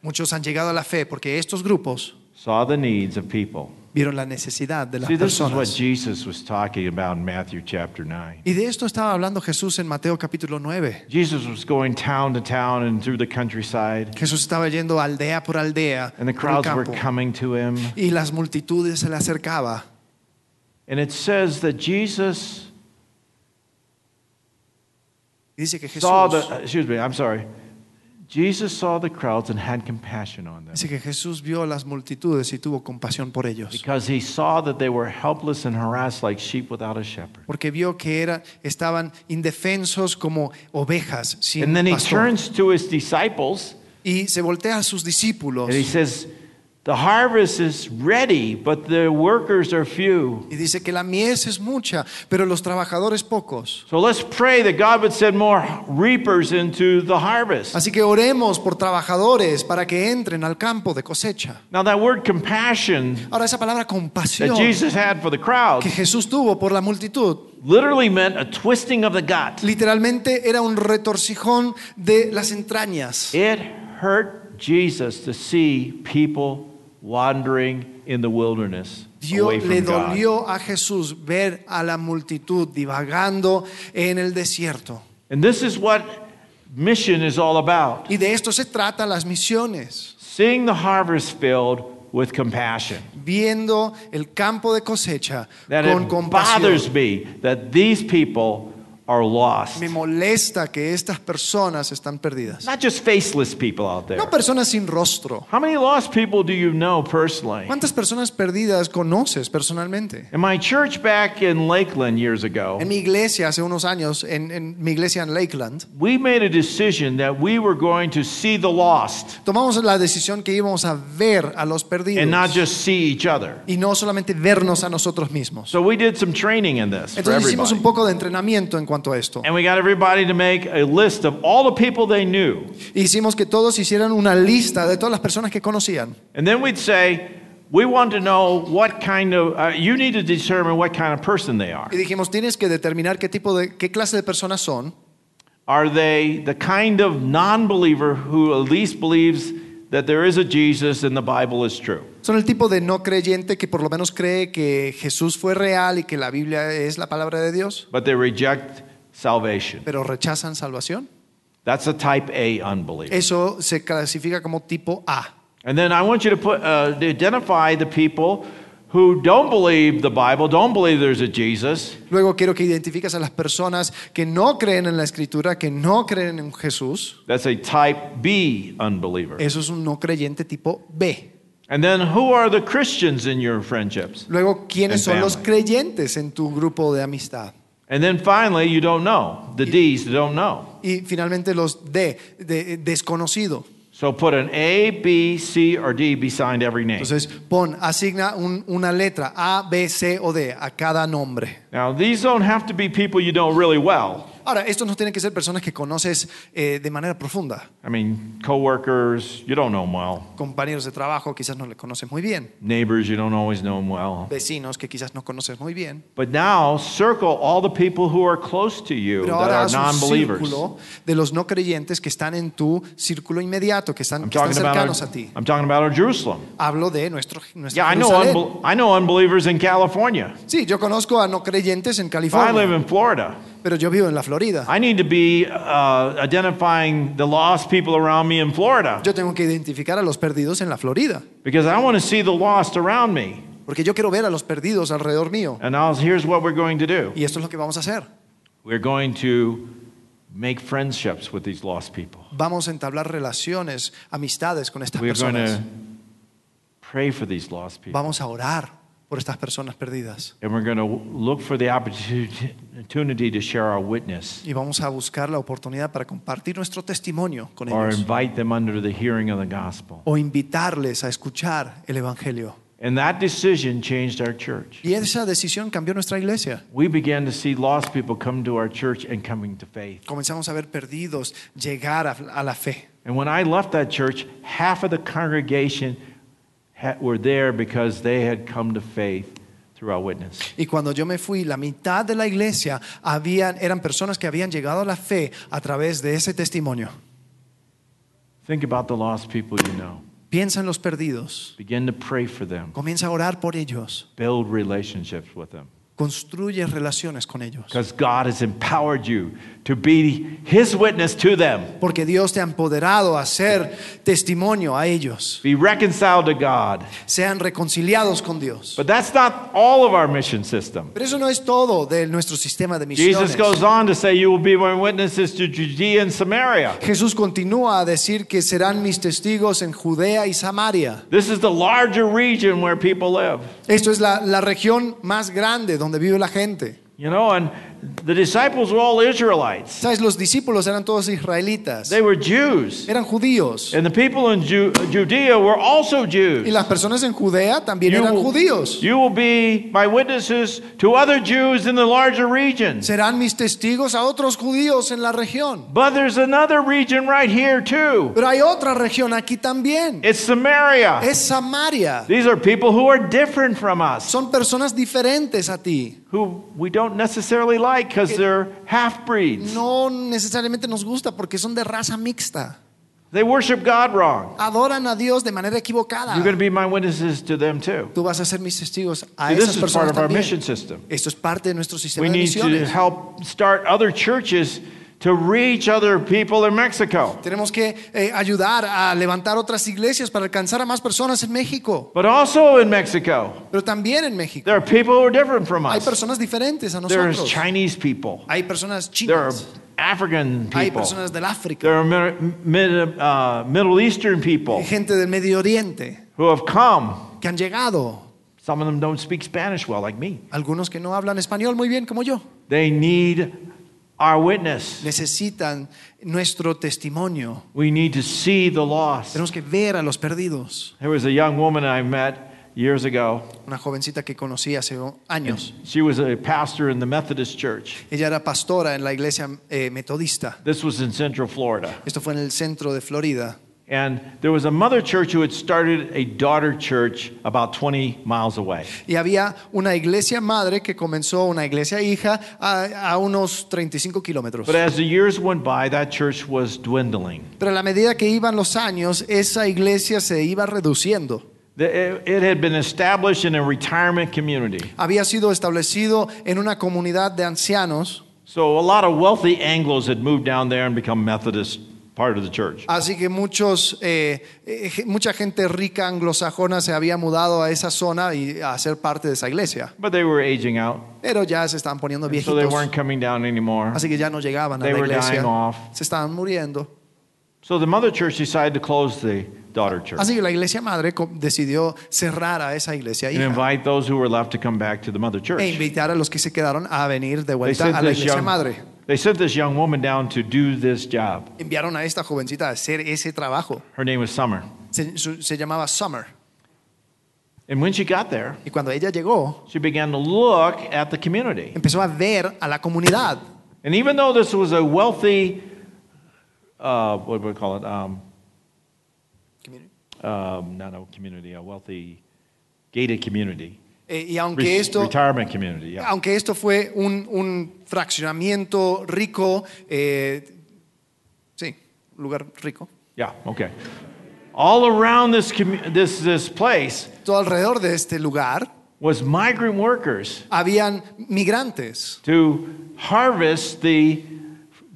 Speaker 1: Muchos han llegado a la fe porque estos grupos
Speaker 2: saw the needs of people.
Speaker 1: vieron la necesidad de las
Speaker 2: See, this is what
Speaker 1: personas.
Speaker 2: Jesus was talking about in Matthew chapter 9.
Speaker 1: Y de esto estaba hablando Jesús en Mateo capítulo 9.
Speaker 2: Jesus was going town to town and through the countryside,
Speaker 1: Jesús estaba yendo aldea por aldea
Speaker 2: and
Speaker 1: por
Speaker 2: the
Speaker 1: el
Speaker 2: crowds were
Speaker 1: campo,
Speaker 2: coming to him.
Speaker 1: y las multitudes se le acercaba.
Speaker 2: And it says that Jesus
Speaker 1: Y dice que Jesús
Speaker 2: saw the, excuse me, I'm sorry. Jesus saw the crowds and had compassion on them
Speaker 1: dice que Jesús vio a las multitudes y tuvo compasión por ellos,
Speaker 2: because he saw that they were helpless and harassed like sheep without a shepherd.
Speaker 1: porque vio que era, estaban indefensos como ovejas sin
Speaker 2: And then he
Speaker 1: pastor.
Speaker 2: turns to his disciples
Speaker 1: Y se voltea a sus discípulos
Speaker 2: and he says, The harvest is ready, but the workers are few.
Speaker 1: Y dice que la mies es mucha, pero los trabajadores pocos.
Speaker 2: So let's pray that God would send more reapers into the harvest.
Speaker 1: Así que oremos por trabajadores para que entren al campo de cosecha.
Speaker 2: Now, that word compassion
Speaker 1: Ahora esa palabra
Speaker 2: that
Speaker 1: compasión
Speaker 2: Jesus had for the crowd
Speaker 1: que Jesús tuvo por la multitud,
Speaker 2: literally meant a twisting of the gut.
Speaker 1: literalmente era un retorcijón de las entrañas.
Speaker 2: It hurt Jesus to see people wandering in the wilderness
Speaker 1: Dios
Speaker 2: away from
Speaker 1: le
Speaker 2: God.
Speaker 1: dolió a Jesús ver a la multitud divagando en el desierto.
Speaker 2: And this is what mission is all about.
Speaker 1: Y de esto se trata las misiones,
Speaker 2: Seeing the harvest filled with compassion.
Speaker 1: viendo el campo de cosecha
Speaker 2: That
Speaker 1: con
Speaker 2: it
Speaker 1: compasión.
Speaker 2: bothers me that these people are lost.
Speaker 1: Me molesta que estas personas están perdidas.
Speaker 2: Not just faceless people out there.
Speaker 1: No personas sin rostro.
Speaker 2: How many lost people do you know personally?
Speaker 1: ¿Cuántas personas perdidas conoces personalmente?
Speaker 2: In my church back in Lakeland years ago,
Speaker 1: En mi iglesia hace unos años, en, en mi iglesia en Lakeland,
Speaker 2: we made a decision that we were going to see the lost
Speaker 1: tomamos la decisión que íbamos a ver a los
Speaker 2: and not
Speaker 1: perdidos
Speaker 2: just see each other.
Speaker 1: y no solamente vernos a nosotros mismos.
Speaker 2: So we did some training in this for
Speaker 1: Entonces hicimos un
Speaker 2: everybody.
Speaker 1: poco de entrenamiento en cuanto a esto.
Speaker 2: And we got everybody to make a list of all the people they knew.
Speaker 1: Hicimos que todos hicieran una lista de todas las personas que conocían.
Speaker 2: And then we'd say, we want to know what kind of, uh, you need to determine what kind of person they are.
Speaker 1: Y dijimos, tienes que determinar qué tipo de, qué clase de personas son.
Speaker 2: Are they the kind of non believer who at least believes that there is a Jesus and the Bible is true?
Speaker 1: Son el tipo de no creyente que por lo menos cree que Jesús fue real y que la Biblia es la palabra de Dios,
Speaker 2: But they reject salvation.
Speaker 1: pero rechazan salvación.
Speaker 2: That's a type A unbeliever.
Speaker 1: Eso se clasifica como tipo A.
Speaker 2: And then I want you to put uh, to identify the people who don't believe the Bible, don't believe there's a Jesus,
Speaker 1: Luego quiero que identifiques a las personas que no creen en la escritura, que no creen en Jesús.
Speaker 2: that's a type B unbeliever.
Speaker 1: Eso es un no creyente tipo B.
Speaker 2: And then who are the Christians in your friendships?
Speaker 1: Luego, ¿quiénes
Speaker 2: And
Speaker 1: son los
Speaker 2: family.
Speaker 1: creyentes en tu grupo de amistad?
Speaker 2: And then finally, you don't know. The D's don't know.
Speaker 1: Y finalmente los D, de, eh, desconocido.
Speaker 2: So put an A, B, C, or D behind every name.
Speaker 1: Entonces, pon, asigna un- una letra A, B, C o D a cada nombre.
Speaker 2: Now, these don't have to be people you know really well.
Speaker 1: Ahora, estos no tienen que ser personas que conoces eh, de manera profunda.
Speaker 2: I mean, coworkers, you don't know them well.
Speaker 1: Compañeros de trabajo quizás no le conoces muy bien.
Speaker 2: Neighbors, you don't always know them well.
Speaker 1: Vecinos que quizás no conoces muy bien.
Speaker 2: But now, circle all the people who are close to you that
Speaker 1: Pero ahora
Speaker 2: are
Speaker 1: haz un
Speaker 2: non believers.
Speaker 1: círculo de los no creyentes que están en tu círculo inmediato, que están,
Speaker 2: I'm
Speaker 1: que están
Speaker 2: talking, about
Speaker 1: cercanos
Speaker 2: our,
Speaker 1: a ti.
Speaker 2: I'm talking about our Jerusalem.
Speaker 1: Hablo de nuestro, nuestra
Speaker 2: Yeah, I know,
Speaker 1: Jerusalén.
Speaker 2: unbel- I know unbelievers in California.
Speaker 1: Sí, yo conozco a no creyentes en
Speaker 2: I live
Speaker 1: California,
Speaker 2: in Florida.
Speaker 1: pero yo vivo en la Florida.
Speaker 2: I need to be uh, identifying the lost people around me in Florida
Speaker 1: Yo tengo que identificar a los perdidos en la Florida,
Speaker 2: because I want to see the lost around me.
Speaker 1: porque yo quiero ver a los perdidos alrededor mío.
Speaker 2: And now here's what we're going to do
Speaker 1: Y esto es lo que vamos a hacer.
Speaker 2: we're going to make friendships with these lost people.
Speaker 1: Vamos a entablar relaciones, amistades con estas
Speaker 2: We're going
Speaker 1: personas.
Speaker 2: to pray for these lost people.
Speaker 1: Vamos a orar por estas personas perdidas.
Speaker 2: And we're going to look for the opportunity opportunity to share our witness
Speaker 1: Y vamos a buscar la oportunidad para compartir nuestro testimonio con
Speaker 2: or
Speaker 1: ellos.
Speaker 2: invite them under the hearing of the gospel.
Speaker 1: O invitarles a escuchar el Evangelio.
Speaker 2: And that decision changed our church.
Speaker 1: Y esa decisión cambió nuestra iglesia.
Speaker 2: We began to see lost people come to our church and coming to faith.
Speaker 1: Comenzamos a ver perdidos llegar a, a la fe.
Speaker 2: And when I left that church, half of the congregation ha- were there because they had come to faith through our witness.
Speaker 1: Y cuando yo me fui, la mitad de la iglesia habían, eran personas que habían llegado a la fe a través de ese testimonio.
Speaker 2: Think about the lost people you know.
Speaker 1: Piensa en los perdidos.
Speaker 2: Begin to pray for them.
Speaker 1: Comienza a orar por ellos.
Speaker 2: Build relationships with them.
Speaker 1: Construye relaciones con ellos.
Speaker 2: Because God has empowered you to be His witness to them.
Speaker 1: Porque Dios te ha empoderado a ser testimonio a ellos.
Speaker 2: Be reconciled to God.
Speaker 1: Sean reconciliados con Dios.
Speaker 2: But that's not all of our mission system.
Speaker 1: Pero eso no es todo de nuestro sistema de misiones.
Speaker 2: Jesus goes on to say, You will be my witnesses to Judea and Samaria.
Speaker 1: Jesús continúa a decir que serán mis testigos en Judea y Samaria.
Speaker 2: This is the larger region where people live.
Speaker 1: Esto es la, la región más grande donde vive la gente.
Speaker 2: You know, and the disciples were all Israelites.
Speaker 1: ¿Sabes? Los discípulos eran todos israelitas.
Speaker 2: They were Jews.
Speaker 1: Eran judíos.
Speaker 2: And the people in Ju- Judea were also
Speaker 1: Y
Speaker 2: Jews.
Speaker 1: las personas en Judea también eran judíos.
Speaker 2: you will be my witnesses to other Jews in the larger region.
Speaker 1: Serán mis testigos a otros judíos en la región.
Speaker 2: But there's another region right here, too.
Speaker 1: Pero hay otra región aquí también.
Speaker 2: It's Samaria.
Speaker 1: Es Samaria.
Speaker 2: These are people who are different from us,
Speaker 1: Son personas diferentes a ti.
Speaker 2: who we don't necessarily like because they're half breeds.
Speaker 1: No necesariamente nos gusta porque son de raza mixta.
Speaker 2: They worship God wrong.
Speaker 1: Adoran a Dios de manera equivocada.
Speaker 2: You're going to be my witnesses to them, too.
Speaker 1: Tú vas a ser mis testigos a
Speaker 2: See,
Speaker 1: Ah, esas
Speaker 2: this is part
Speaker 1: personas
Speaker 2: of our
Speaker 1: también.
Speaker 2: mission system.
Speaker 1: Esto es parte de nuestro sistema
Speaker 2: We
Speaker 1: de
Speaker 2: need to
Speaker 1: misiones.
Speaker 2: help start other churches to reach other people in Mexico.
Speaker 1: Tenemos que eh, ayudar a levantar otras iglesias para alcanzar a más personas en México,
Speaker 2: But also in Mexico,
Speaker 1: pero también en México.
Speaker 2: there are people who are different from
Speaker 1: Hay
Speaker 2: us.
Speaker 1: personas diferentes a
Speaker 2: There's
Speaker 1: nosotros.
Speaker 2: Chinese people,
Speaker 1: Hay personas
Speaker 2: there are
Speaker 1: chinas,
Speaker 2: African
Speaker 1: hay
Speaker 2: people,
Speaker 1: personas del África,
Speaker 2: there are Mid- Mid- uh, Middle Eastern people
Speaker 1: hay gente del Medio Oriente
Speaker 2: who have come.
Speaker 1: que han llegado,
Speaker 2: Some of them don't speak Spanish well, like me.
Speaker 1: algunos que no hablan español muy bien como yo.
Speaker 2: They need our witness.
Speaker 1: Necesitan nuestro testimonio.
Speaker 2: We need to see the lost.
Speaker 1: Tenemos que ver a los perdidos.
Speaker 2: There was a young woman I met years ago.
Speaker 1: Una jovencita que conocí hace años.
Speaker 2: She was a pastor in the Methodist Church.
Speaker 1: Ella era pastora en la iglesia eh, metodista.
Speaker 2: This was in Central Florida.
Speaker 1: Esto fue en el centro de Florida.
Speaker 2: And there was a mother church who had started a daughter church about 20 miles away.
Speaker 1: Y había una iglesia madre que comenzó una iglesia hija a, a unos 35 kilómetros.
Speaker 2: But as the years went by, that church was dwindling.
Speaker 1: Pero a la medida que iban los años, esa iglesia se iba reduciendo.
Speaker 2: The- It it had been established in a retirement community.
Speaker 1: Había sido establecido en una comunidad de ancianos,
Speaker 2: So a lot of wealthy Anglos had moved down there and become Methodist part of the church.
Speaker 1: así que muchos, eh, eh, ge- mucha gente rica anglosajona se había mudado a esa zona y a ser parte de esa iglesia.
Speaker 2: But they were aging out,
Speaker 1: Pero ya se estaban poniendo
Speaker 2: so they
Speaker 1: viejitos,
Speaker 2: weren't coming down anymore.
Speaker 1: así que ya no llegaban a
Speaker 2: They
Speaker 1: la
Speaker 2: were
Speaker 1: iglesia.
Speaker 2: dying off.
Speaker 1: Se estaban muriendo.
Speaker 2: So the mother church decided to close the daughter church
Speaker 1: Así que la iglesia madre co- decidió cerrar a esa iglesia
Speaker 2: and
Speaker 1: hija.
Speaker 2: invite those who were left to come back to the mother
Speaker 1: e
Speaker 2: church.
Speaker 1: invitar a los que se quedaron a venir de
Speaker 2: They
Speaker 1: vuelta
Speaker 2: sent
Speaker 1: a la
Speaker 2: this
Speaker 1: iglesia
Speaker 2: young,
Speaker 1: madre.
Speaker 2: they sent this young woman down to do this job.
Speaker 1: Enviaron a esta jovencita a hacer ese trabajo.
Speaker 2: Her name was Summer.
Speaker 1: Se, su- se llamaba Summer.
Speaker 2: And when she got there,
Speaker 1: Y cuando ella llegó,
Speaker 2: she began to look at the community.
Speaker 1: empezó a ver a la comunidad.
Speaker 2: And even though this was a wealthy, uh, what do we call it? Um, um, not a community, a wealthy gated community,
Speaker 1: Eh, y aunque
Speaker 2: Re-
Speaker 1: esto,
Speaker 2: retirement community. Yeah.
Speaker 1: aunque esto fue un, un fraccionamiento rico, eh, sí, lugar rico,
Speaker 2: Yeah. Okay. All around this commu- this this place
Speaker 1: todo alrededor de este lugar
Speaker 2: was migrant workers
Speaker 1: habían migrantes
Speaker 2: to harvest the,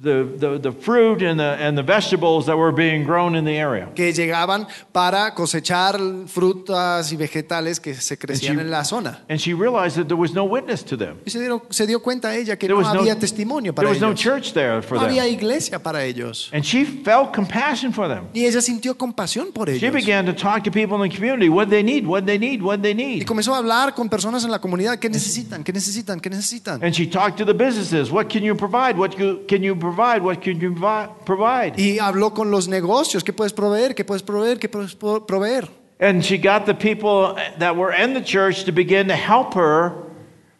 Speaker 2: the, the, the fruit and the, and the vegetables that were being grown in the area.
Speaker 1: que llegaban para cosechar frutas y vegetales que se crecían
Speaker 2: she-
Speaker 1: en la zona.
Speaker 2: And she realized that there was no witness to them.
Speaker 1: Y se, dieron- se dio cuenta ella que
Speaker 2: There
Speaker 1: no
Speaker 2: was no,
Speaker 1: había testimonio
Speaker 2: there
Speaker 1: para
Speaker 2: was
Speaker 1: ellos.
Speaker 2: no church there for
Speaker 1: no había
Speaker 2: them.
Speaker 1: iglesia para ellos.
Speaker 2: And she felt compassion for them.
Speaker 1: Y ella sintió compasión por
Speaker 2: She
Speaker 1: ellos.
Speaker 2: began to talk to people in the community what they need, what they need, what they
Speaker 1: Y
Speaker 2: need.
Speaker 1: comenzó a hablar con personas en la comunidad que necesitan, que necesitan, que necesitan.
Speaker 2: And she talked to the businesses what can you provide, what you- can you provide, what can you provi- provide.
Speaker 1: Y habló con los negocios, ¿qué puedes proveer? ¿Qué puedes proveer? ¿Qué puedes pro- proveer?
Speaker 2: And she got the people that were in the church to begin to help her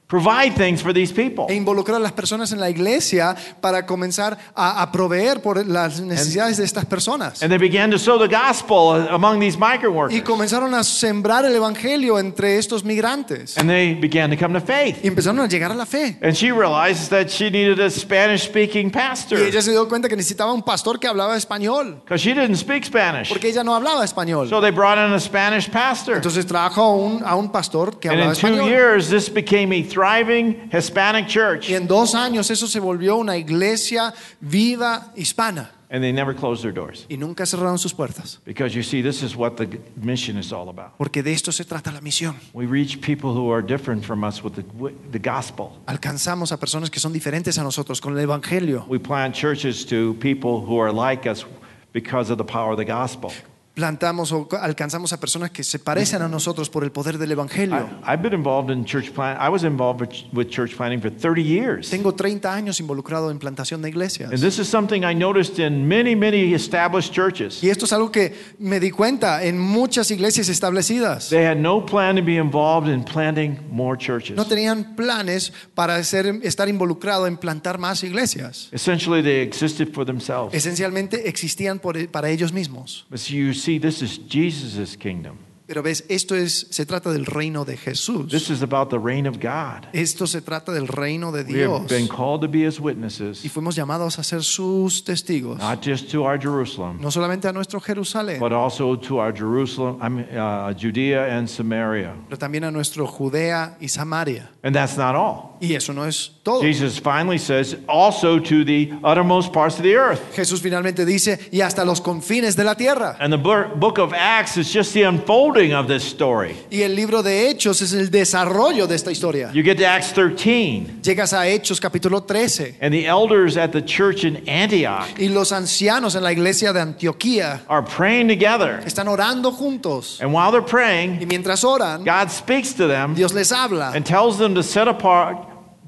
Speaker 2: provide things for these people.
Speaker 1: E involucró a las personas en la iglesia para comenzar a, a proveer por las necesidades de estas personas.
Speaker 2: And they began to sow the gospel among these migrant
Speaker 1: Y
Speaker 2: workers.
Speaker 1: comenzaron a sembrar el evangelio entre estos migrantes.
Speaker 2: And they began to come to faith.
Speaker 1: Y empezaron a llegar a la fe.
Speaker 2: And she realized that she needed a Spanish speaking
Speaker 1: Y
Speaker 2: pastor
Speaker 1: ella se dio cuenta que necesitaba un pastor que hablaba español.
Speaker 2: because she didn't speak Spanish.
Speaker 1: porque ella no hablaba español.
Speaker 2: So they brought in a Spanish pastor.
Speaker 1: Entonces trajo a un, a un pastor que
Speaker 2: And
Speaker 1: hablaba
Speaker 2: in two
Speaker 1: español.
Speaker 2: years, this became a thriving Hispanic church.
Speaker 1: Y en dos años eso se volvió una iglesia viva hispana.
Speaker 2: And they never closed their doors
Speaker 1: Y nunca cerraron sus puertas.
Speaker 2: because you see, this is what the mission is all about.
Speaker 1: Porque de esto se trata la misión.
Speaker 2: We reach people who are different from us with the, with the gospel.
Speaker 1: Alcanzamos a personas que son diferentes a nosotros con el Evangelio.
Speaker 2: We plant churches to people who are like us because of the power of the gospel.
Speaker 1: Plantamos o alcanzamos a personas que se parecen a nosotros por el poder del Evangelio.
Speaker 2: I, have been involved in church plant. I was involved with, with church planting for 30 years.
Speaker 1: Tengo 30 años involucrado en plantación de iglesias.
Speaker 2: And this is something I noticed in many, many established churches.
Speaker 1: Y esto es algo que me di cuenta en muchas iglesias establecidas.
Speaker 2: They had no plan to be involved in planting more churches.
Speaker 1: No tenían planes para ser- estar involucrado en plantar más iglesias.
Speaker 2: Essentially, they existed for themselves.
Speaker 1: Esencialmente existían por- e, para ellos mismos.
Speaker 2: But you see, this is Jesus' kingdom.
Speaker 1: Pero ves, esto es, se trata del reino de Jesús.
Speaker 2: This is about the reign of God.
Speaker 1: Esto se trata del reino de
Speaker 2: We have
Speaker 1: Dios.
Speaker 2: been called to be his
Speaker 1: Y
Speaker 2: witnesses,
Speaker 1: fuimos llamados a ser sus testigos.
Speaker 2: not just to our Jerusalem,
Speaker 1: No solamente a nuestro Jerusalén,
Speaker 2: but also to our Jerusalem, I mean, uh, Judea and Samaria.
Speaker 1: pero también a nuestro Judea y Samaria.
Speaker 2: And that's not all.
Speaker 1: Y Y eso no es todo.
Speaker 2: Jesus finally says, also to the uttermost parts of the earth.
Speaker 1: Jesús finalmente dice, y hasta los confines de la tierra.
Speaker 2: And the bur- book of Acts is just the unfolding of this story.
Speaker 1: Y el libro de Hechos es el desarrollo de esta historia.
Speaker 2: You get to Acts 13,
Speaker 1: Llegas a Hechos capítulo 13
Speaker 2: and the elders at the church in Antioch
Speaker 1: y los ancianos en la iglesia de Antioquía
Speaker 2: are praying together.
Speaker 1: están orando juntos.
Speaker 2: And while they're
Speaker 1: Y
Speaker 2: praying,
Speaker 1: mientras oran,
Speaker 2: God speaks to them
Speaker 1: Dios les habla
Speaker 2: and tells them to set apart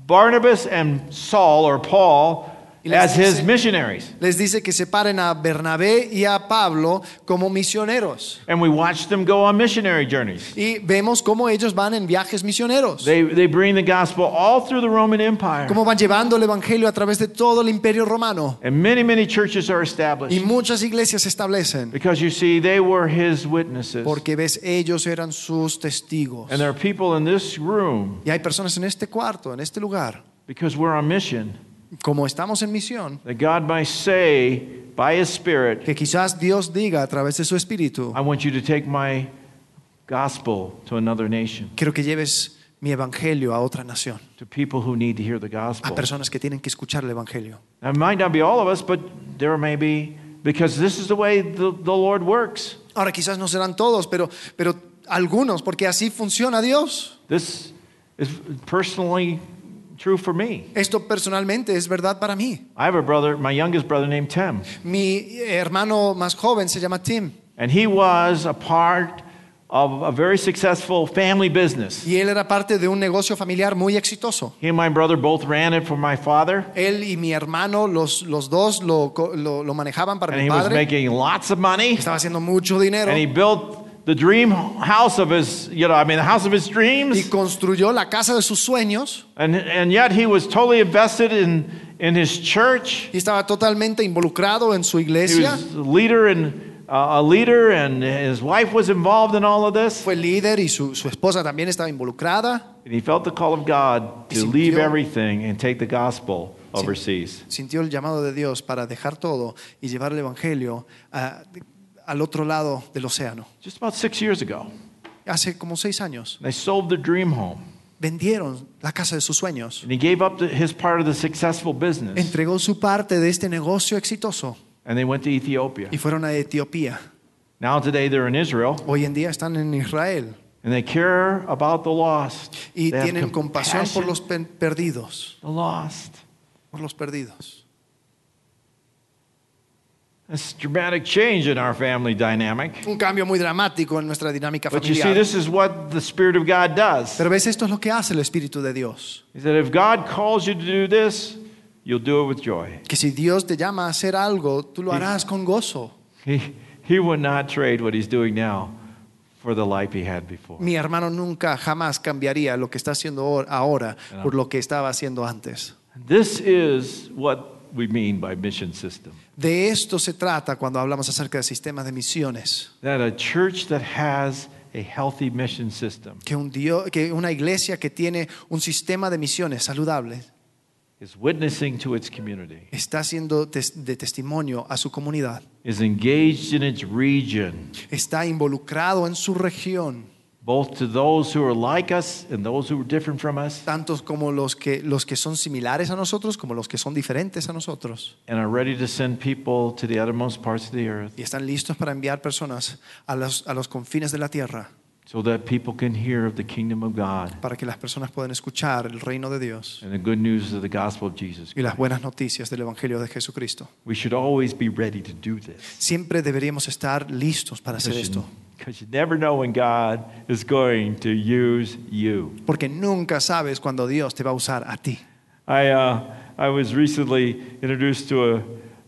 Speaker 2: Barnabas and Saul or Paul
Speaker 1: Y les
Speaker 2: as his
Speaker 1: dice-
Speaker 2: missionaries.
Speaker 1: les dice que separen a Bernabé y a Pablo como misioneros.
Speaker 2: And we watch them go on missionary journeys.
Speaker 1: Y vemos cómo ellos van en viajes misioneros,
Speaker 2: They, they bring the gospel all through the Roman Empire.
Speaker 1: cómo van llevando el Evangelio a través de todo el imperio romano.
Speaker 2: And many, many churches are
Speaker 1: Y
Speaker 2: established
Speaker 1: muchas iglesias se establecen
Speaker 2: because you see, they were his witnesses.
Speaker 1: porque ves, ellos eran sus testigos.
Speaker 2: And there are people in this room
Speaker 1: Y hay personas en este cuarto, en este lugar,
Speaker 2: because we're on mission
Speaker 1: como estamos en misión,
Speaker 2: that God might say by his Spirit,
Speaker 1: que quizás Dios diga a través de su espíritu,
Speaker 2: I want you to take my gospel to another nation,
Speaker 1: quiero que lleves mi evangelio a otra nación,
Speaker 2: to people who need to hear the
Speaker 1: a
Speaker 2: gospel.
Speaker 1: personas que tienen que escuchar el evangelio.
Speaker 2: Now, it might not be all of us, but there may be, because this is the way the, the Lord works.
Speaker 1: Ahora quizás no serán todos, pero, pero algunos, porque así funciona Dios.
Speaker 2: This is personally true for me.
Speaker 1: Esto personalmente es verdad para mí.
Speaker 2: I have a brother, my youngest brother named Tim,
Speaker 1: Mi hermano más joven se llama Tim
Speaker 2: and he was a part of a very successful family business.
Speaker 1: y él era parte de un negocio familiar muy exitoso.
Speaker 2: He and my brother both ran it for my father,
Speaker 1: Él y mi hermano, los, los dos lo, co- lo- lo manejaban para
Speaker 2: and
Speaker 1: mi
Speaker 2: he was
Speaker 1: padre.
Speaker 2: making lots of money,
Speaker 1: Estaba haciendo mucho dinero.
Speaker 2: and he built the dream house of his, you know, I mean, the house of his
Speaker 1: y
Speaker 2: dreams,
Speaker 1: construyó la casa de sus sueños
Speaker 2: and, and yet he was totally invested in, in his church.
Speaker 1: y estaba totalmente involucrado en su
Speaker 2: He
Speaker 1: iglesia.
Speaker 2: was a leader and uh, a leader, and his wife was involved in all of this.
Speaker 1: Fue líder y su, su esposa también estaba involucrada.
Speaker 2: And he felt the call of God to
Speaker 1: Sintió-
Speaker 2: leave everything and take the gospel overseas.
Speaker 1: Sintió el llamado de Dios para dejar todo y llevar el evangelio a- al otro lado del océano.
Speaker 2: Just about six years ago,
Speaker 1: Hace como seis años
Speaker 2: they sold their dream home,
Speaker 1: vendieron la casa de sus sueños.
Speaker 2: and he gave up the, his part of the successful business,
Speaker 1: Entregó su parte de este negocio exitoso
Speaker 2: and they went to Ethiopia.
Speaker 1: y fueron a Etiopía.
Speaker 2: Now today they're in Israel,
Speaker 1: Hoy en día están en Israel
Speaker 2: and they care about the lost.
Speaker 1: y
Speaker 2: They have
Speaker 1: tienen compasión por
Speaker 2: compassion
Speaker 1: los pe- perdidos,
Speaker 2: the lost.
Speaker 1: por los perdidos.
Speaker 2: That's a dramatic change in our family dynamic.
Speaker 1: un cambio muy dramático en nuestra dinámica
Speaker 2: But you see,
Speaker 1: familiar.
Speaker 2: this is what the Spirit of God does.
Speaker 1: Pero ves, esto es lo que hace el Espíritu de Dios.
Speaker 2: He said, if God calls you to do this, you'll do it with joy.
Speaker 1: Que si Dios te llama a hacer algo, tú lo
Speaker 2: Sí.
Speaker 1: harás con gozo.
Speaker 2: He, he would not trade what he's doing now for the life he had before.
Speaker 1: Mi hermano nunca jamás cambiaría lo que está haciendo or- ahora por lo que estaba haciendo antes.
Speaker 2: This is what we mean by mission system.
Speaker 1: De esto se trata cuando hablamos acerca de sistemas de misiones.
Speaker 2: That a church that has a healthy mission system
Speaker 1: Que, un Dios, que una iglesia que tiene un sistema de misiones saludable
Speaker 2: is witnessing to its community,
Speaker 1: está siendo tes- de testimonio a su comunidad.
Speaker 2: is engaged in its region,
Speaker 1: Está involucrado en su región.
Speaker 2: both to those who are like us and those who are different from us,
Speaker 1: tantos como los que, los que son similares a nosotros como los que son diferentes a nosotros
Speaker 2: and are ready to send people to the uttermost parts of the earth
Speaker 1: y están listos para enviar personas a los, a los confines de la tierra
Speaker 2: so that people can hear of the kingdom of God.
Speaker 1: para que las personas puedan escuchar el reino de Dios
Speaker 2: and the good news of the gospel of Jesus.
Speaker 1: y las buenas noticias del Evangelio de Jesucristo.
Speaker 2: We should always be ready to do this.
Speaker 1: Siempre deberíamos estar listos para hacer
Speaker 2: Because you,
Speaker 1: esto,
Speaker 2: because you never know when God is going to use you.
Speaker 1: porque nunca sabes cuándo Dios te va a usar a ti.
Speaker 2: I, uh, I was recently introduced to a,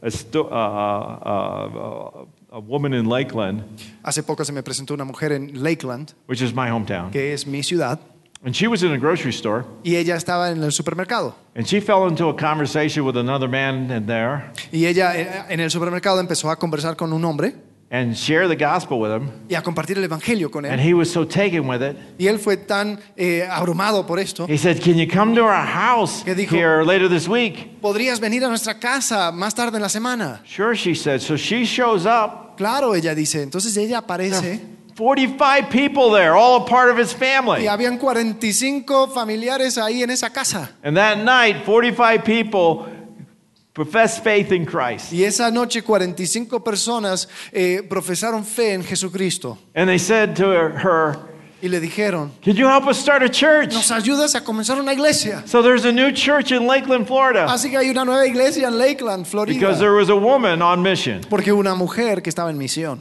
Speaker 2: a, sto- uh, uh, uh, a woman in Lakeland,
Speaker 1: Hace poco se me presentó una mujer en Lakeland,
Speaker 2: which is my hometown.
Speaker 1: que es mi ciudad,
Speaker 2: And she was in a grocery store,
Speaker 1: y ella estaba en el supermercado.
Speaker 2: and she fell into a conversation with another man in there
Speaker 1: Y ella eh, en el supermercado empezó a conversar con un hombre
Speaker 2: and share the gospel with him.
Speaker 1: y a compartir el Evangelio con él.
Speaker 2: And he was so taken with it.
Speaker 1: Y él fue tan eh, abrumado por esto.
Speaker 2: He said, Can you come to our house
Speaker 1: ¿Qué dijo?
Speaker 2: here later this week?
Speaker 1: ¿Podrías venir a nuestra casa más tarde en la semana?
Speaker 2: Sure, she said. So she shows up.
Speaker 1: Claro, ella dice. Entonces ella
Speaker 2: There are
Speaker 1: aparece.
Speaker 2: 45 people there, all a part of his
Speaker 1: Y
Speaker 2: family.
Speaker 1: habían 45 familiares ahí en esa casa.
Speaker 2: And that night, 45 people professed faith in Christ.
Speaker 1: Y esa noche 45 personas eh, profesaron fe en Jesucristo
Speaker 2: And they said to her,
Speaker 1: y le dijeron,
Speaker 2: Could you help us start a church?
Speaker 1: nos ayudas a comenzar una iglesia.
Speaker 2: So there's a new church in Lakeland, Florida.
Speaker 1: Así que hay una nueva iglesia en Lakeland,
Speaker 2: Because
Speaker 1: Florida.
Speaker 2: there was a woman on mission.
Speaker 1: Porque una mujer que estaba en misión.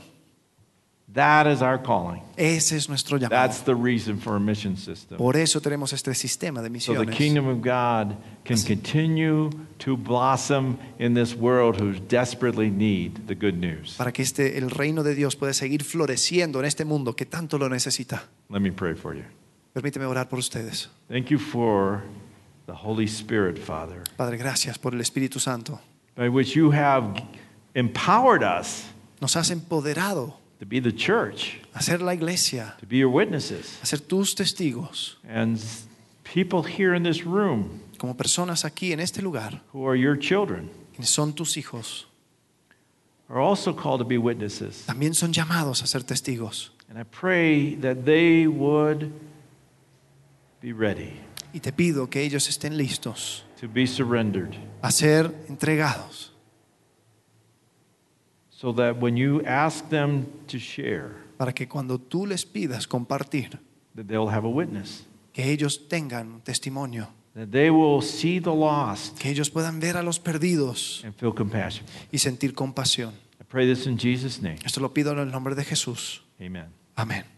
Speaker 2: That is our calling.
Speaker 1: Ese es nuestro llamado.
Speaker 2: That's the reason for a mission system.
Speaker 1: Por eso tenemos este sistema de
Speaker 2: So the
Speaker 1: misiones.
Speaker 2: kingdom of God can continue to blossom in this world who desperately need the good news.
Speaker 1: Para que este, el reino de Dios pueda seguir floreciendo en este mundo que tanto lo necesita.
Speaker 2: Let me pray for you.
Speaker 1: Permíteme orar por ustedes.
Speaker 2: Thank you for the Holy Spirit, Father,
Speaker 1: Padre, gracias por el Espíritu Santo.
Speaker 2: by which you have empowered us
Speaker 1: Nos has empoderado
Speaker 2: to be the church,
Speaker 1: a ser la iglesia,
Speaker 2: to be your witnesses.
Speaker 1: a ser tus testigos,
Speaker 2: And people here in this room
Speaker 1: como personas aquí en este lugar,
Speaker 2: who are your children
Speaker 1: quienes son tus hijos,
Speaker 2: are also called to be witnesses.
Speaker 1: también son llamados a ser testigos.
Speaker 2: And I pray that they would be ready
Speaker 1: Y te pido que ellos estén listos
Speaker 2: to be surrendered
Speaker 1: a ser entregados,
Speaker 2: so that when you ask them to share,
Speaker 1: para que cuando tú les pidas compartir,
Speaker 2: that they'll have a witness,
Speaker 1: que ellos tengan un testimonio,
Speaker 2: that they will see the lost
Speaker 1: que ellos puedan ver a los perdidos
Speaker 2: and feel compassion.
Speaker 1: y sentir compasión.
Speaker 2: I pray this in Jesus' name.
Speaker 1: Esto lo pido en el nombre de Jesús.
Speaker 2: Amen.
Speaker 1: Amén.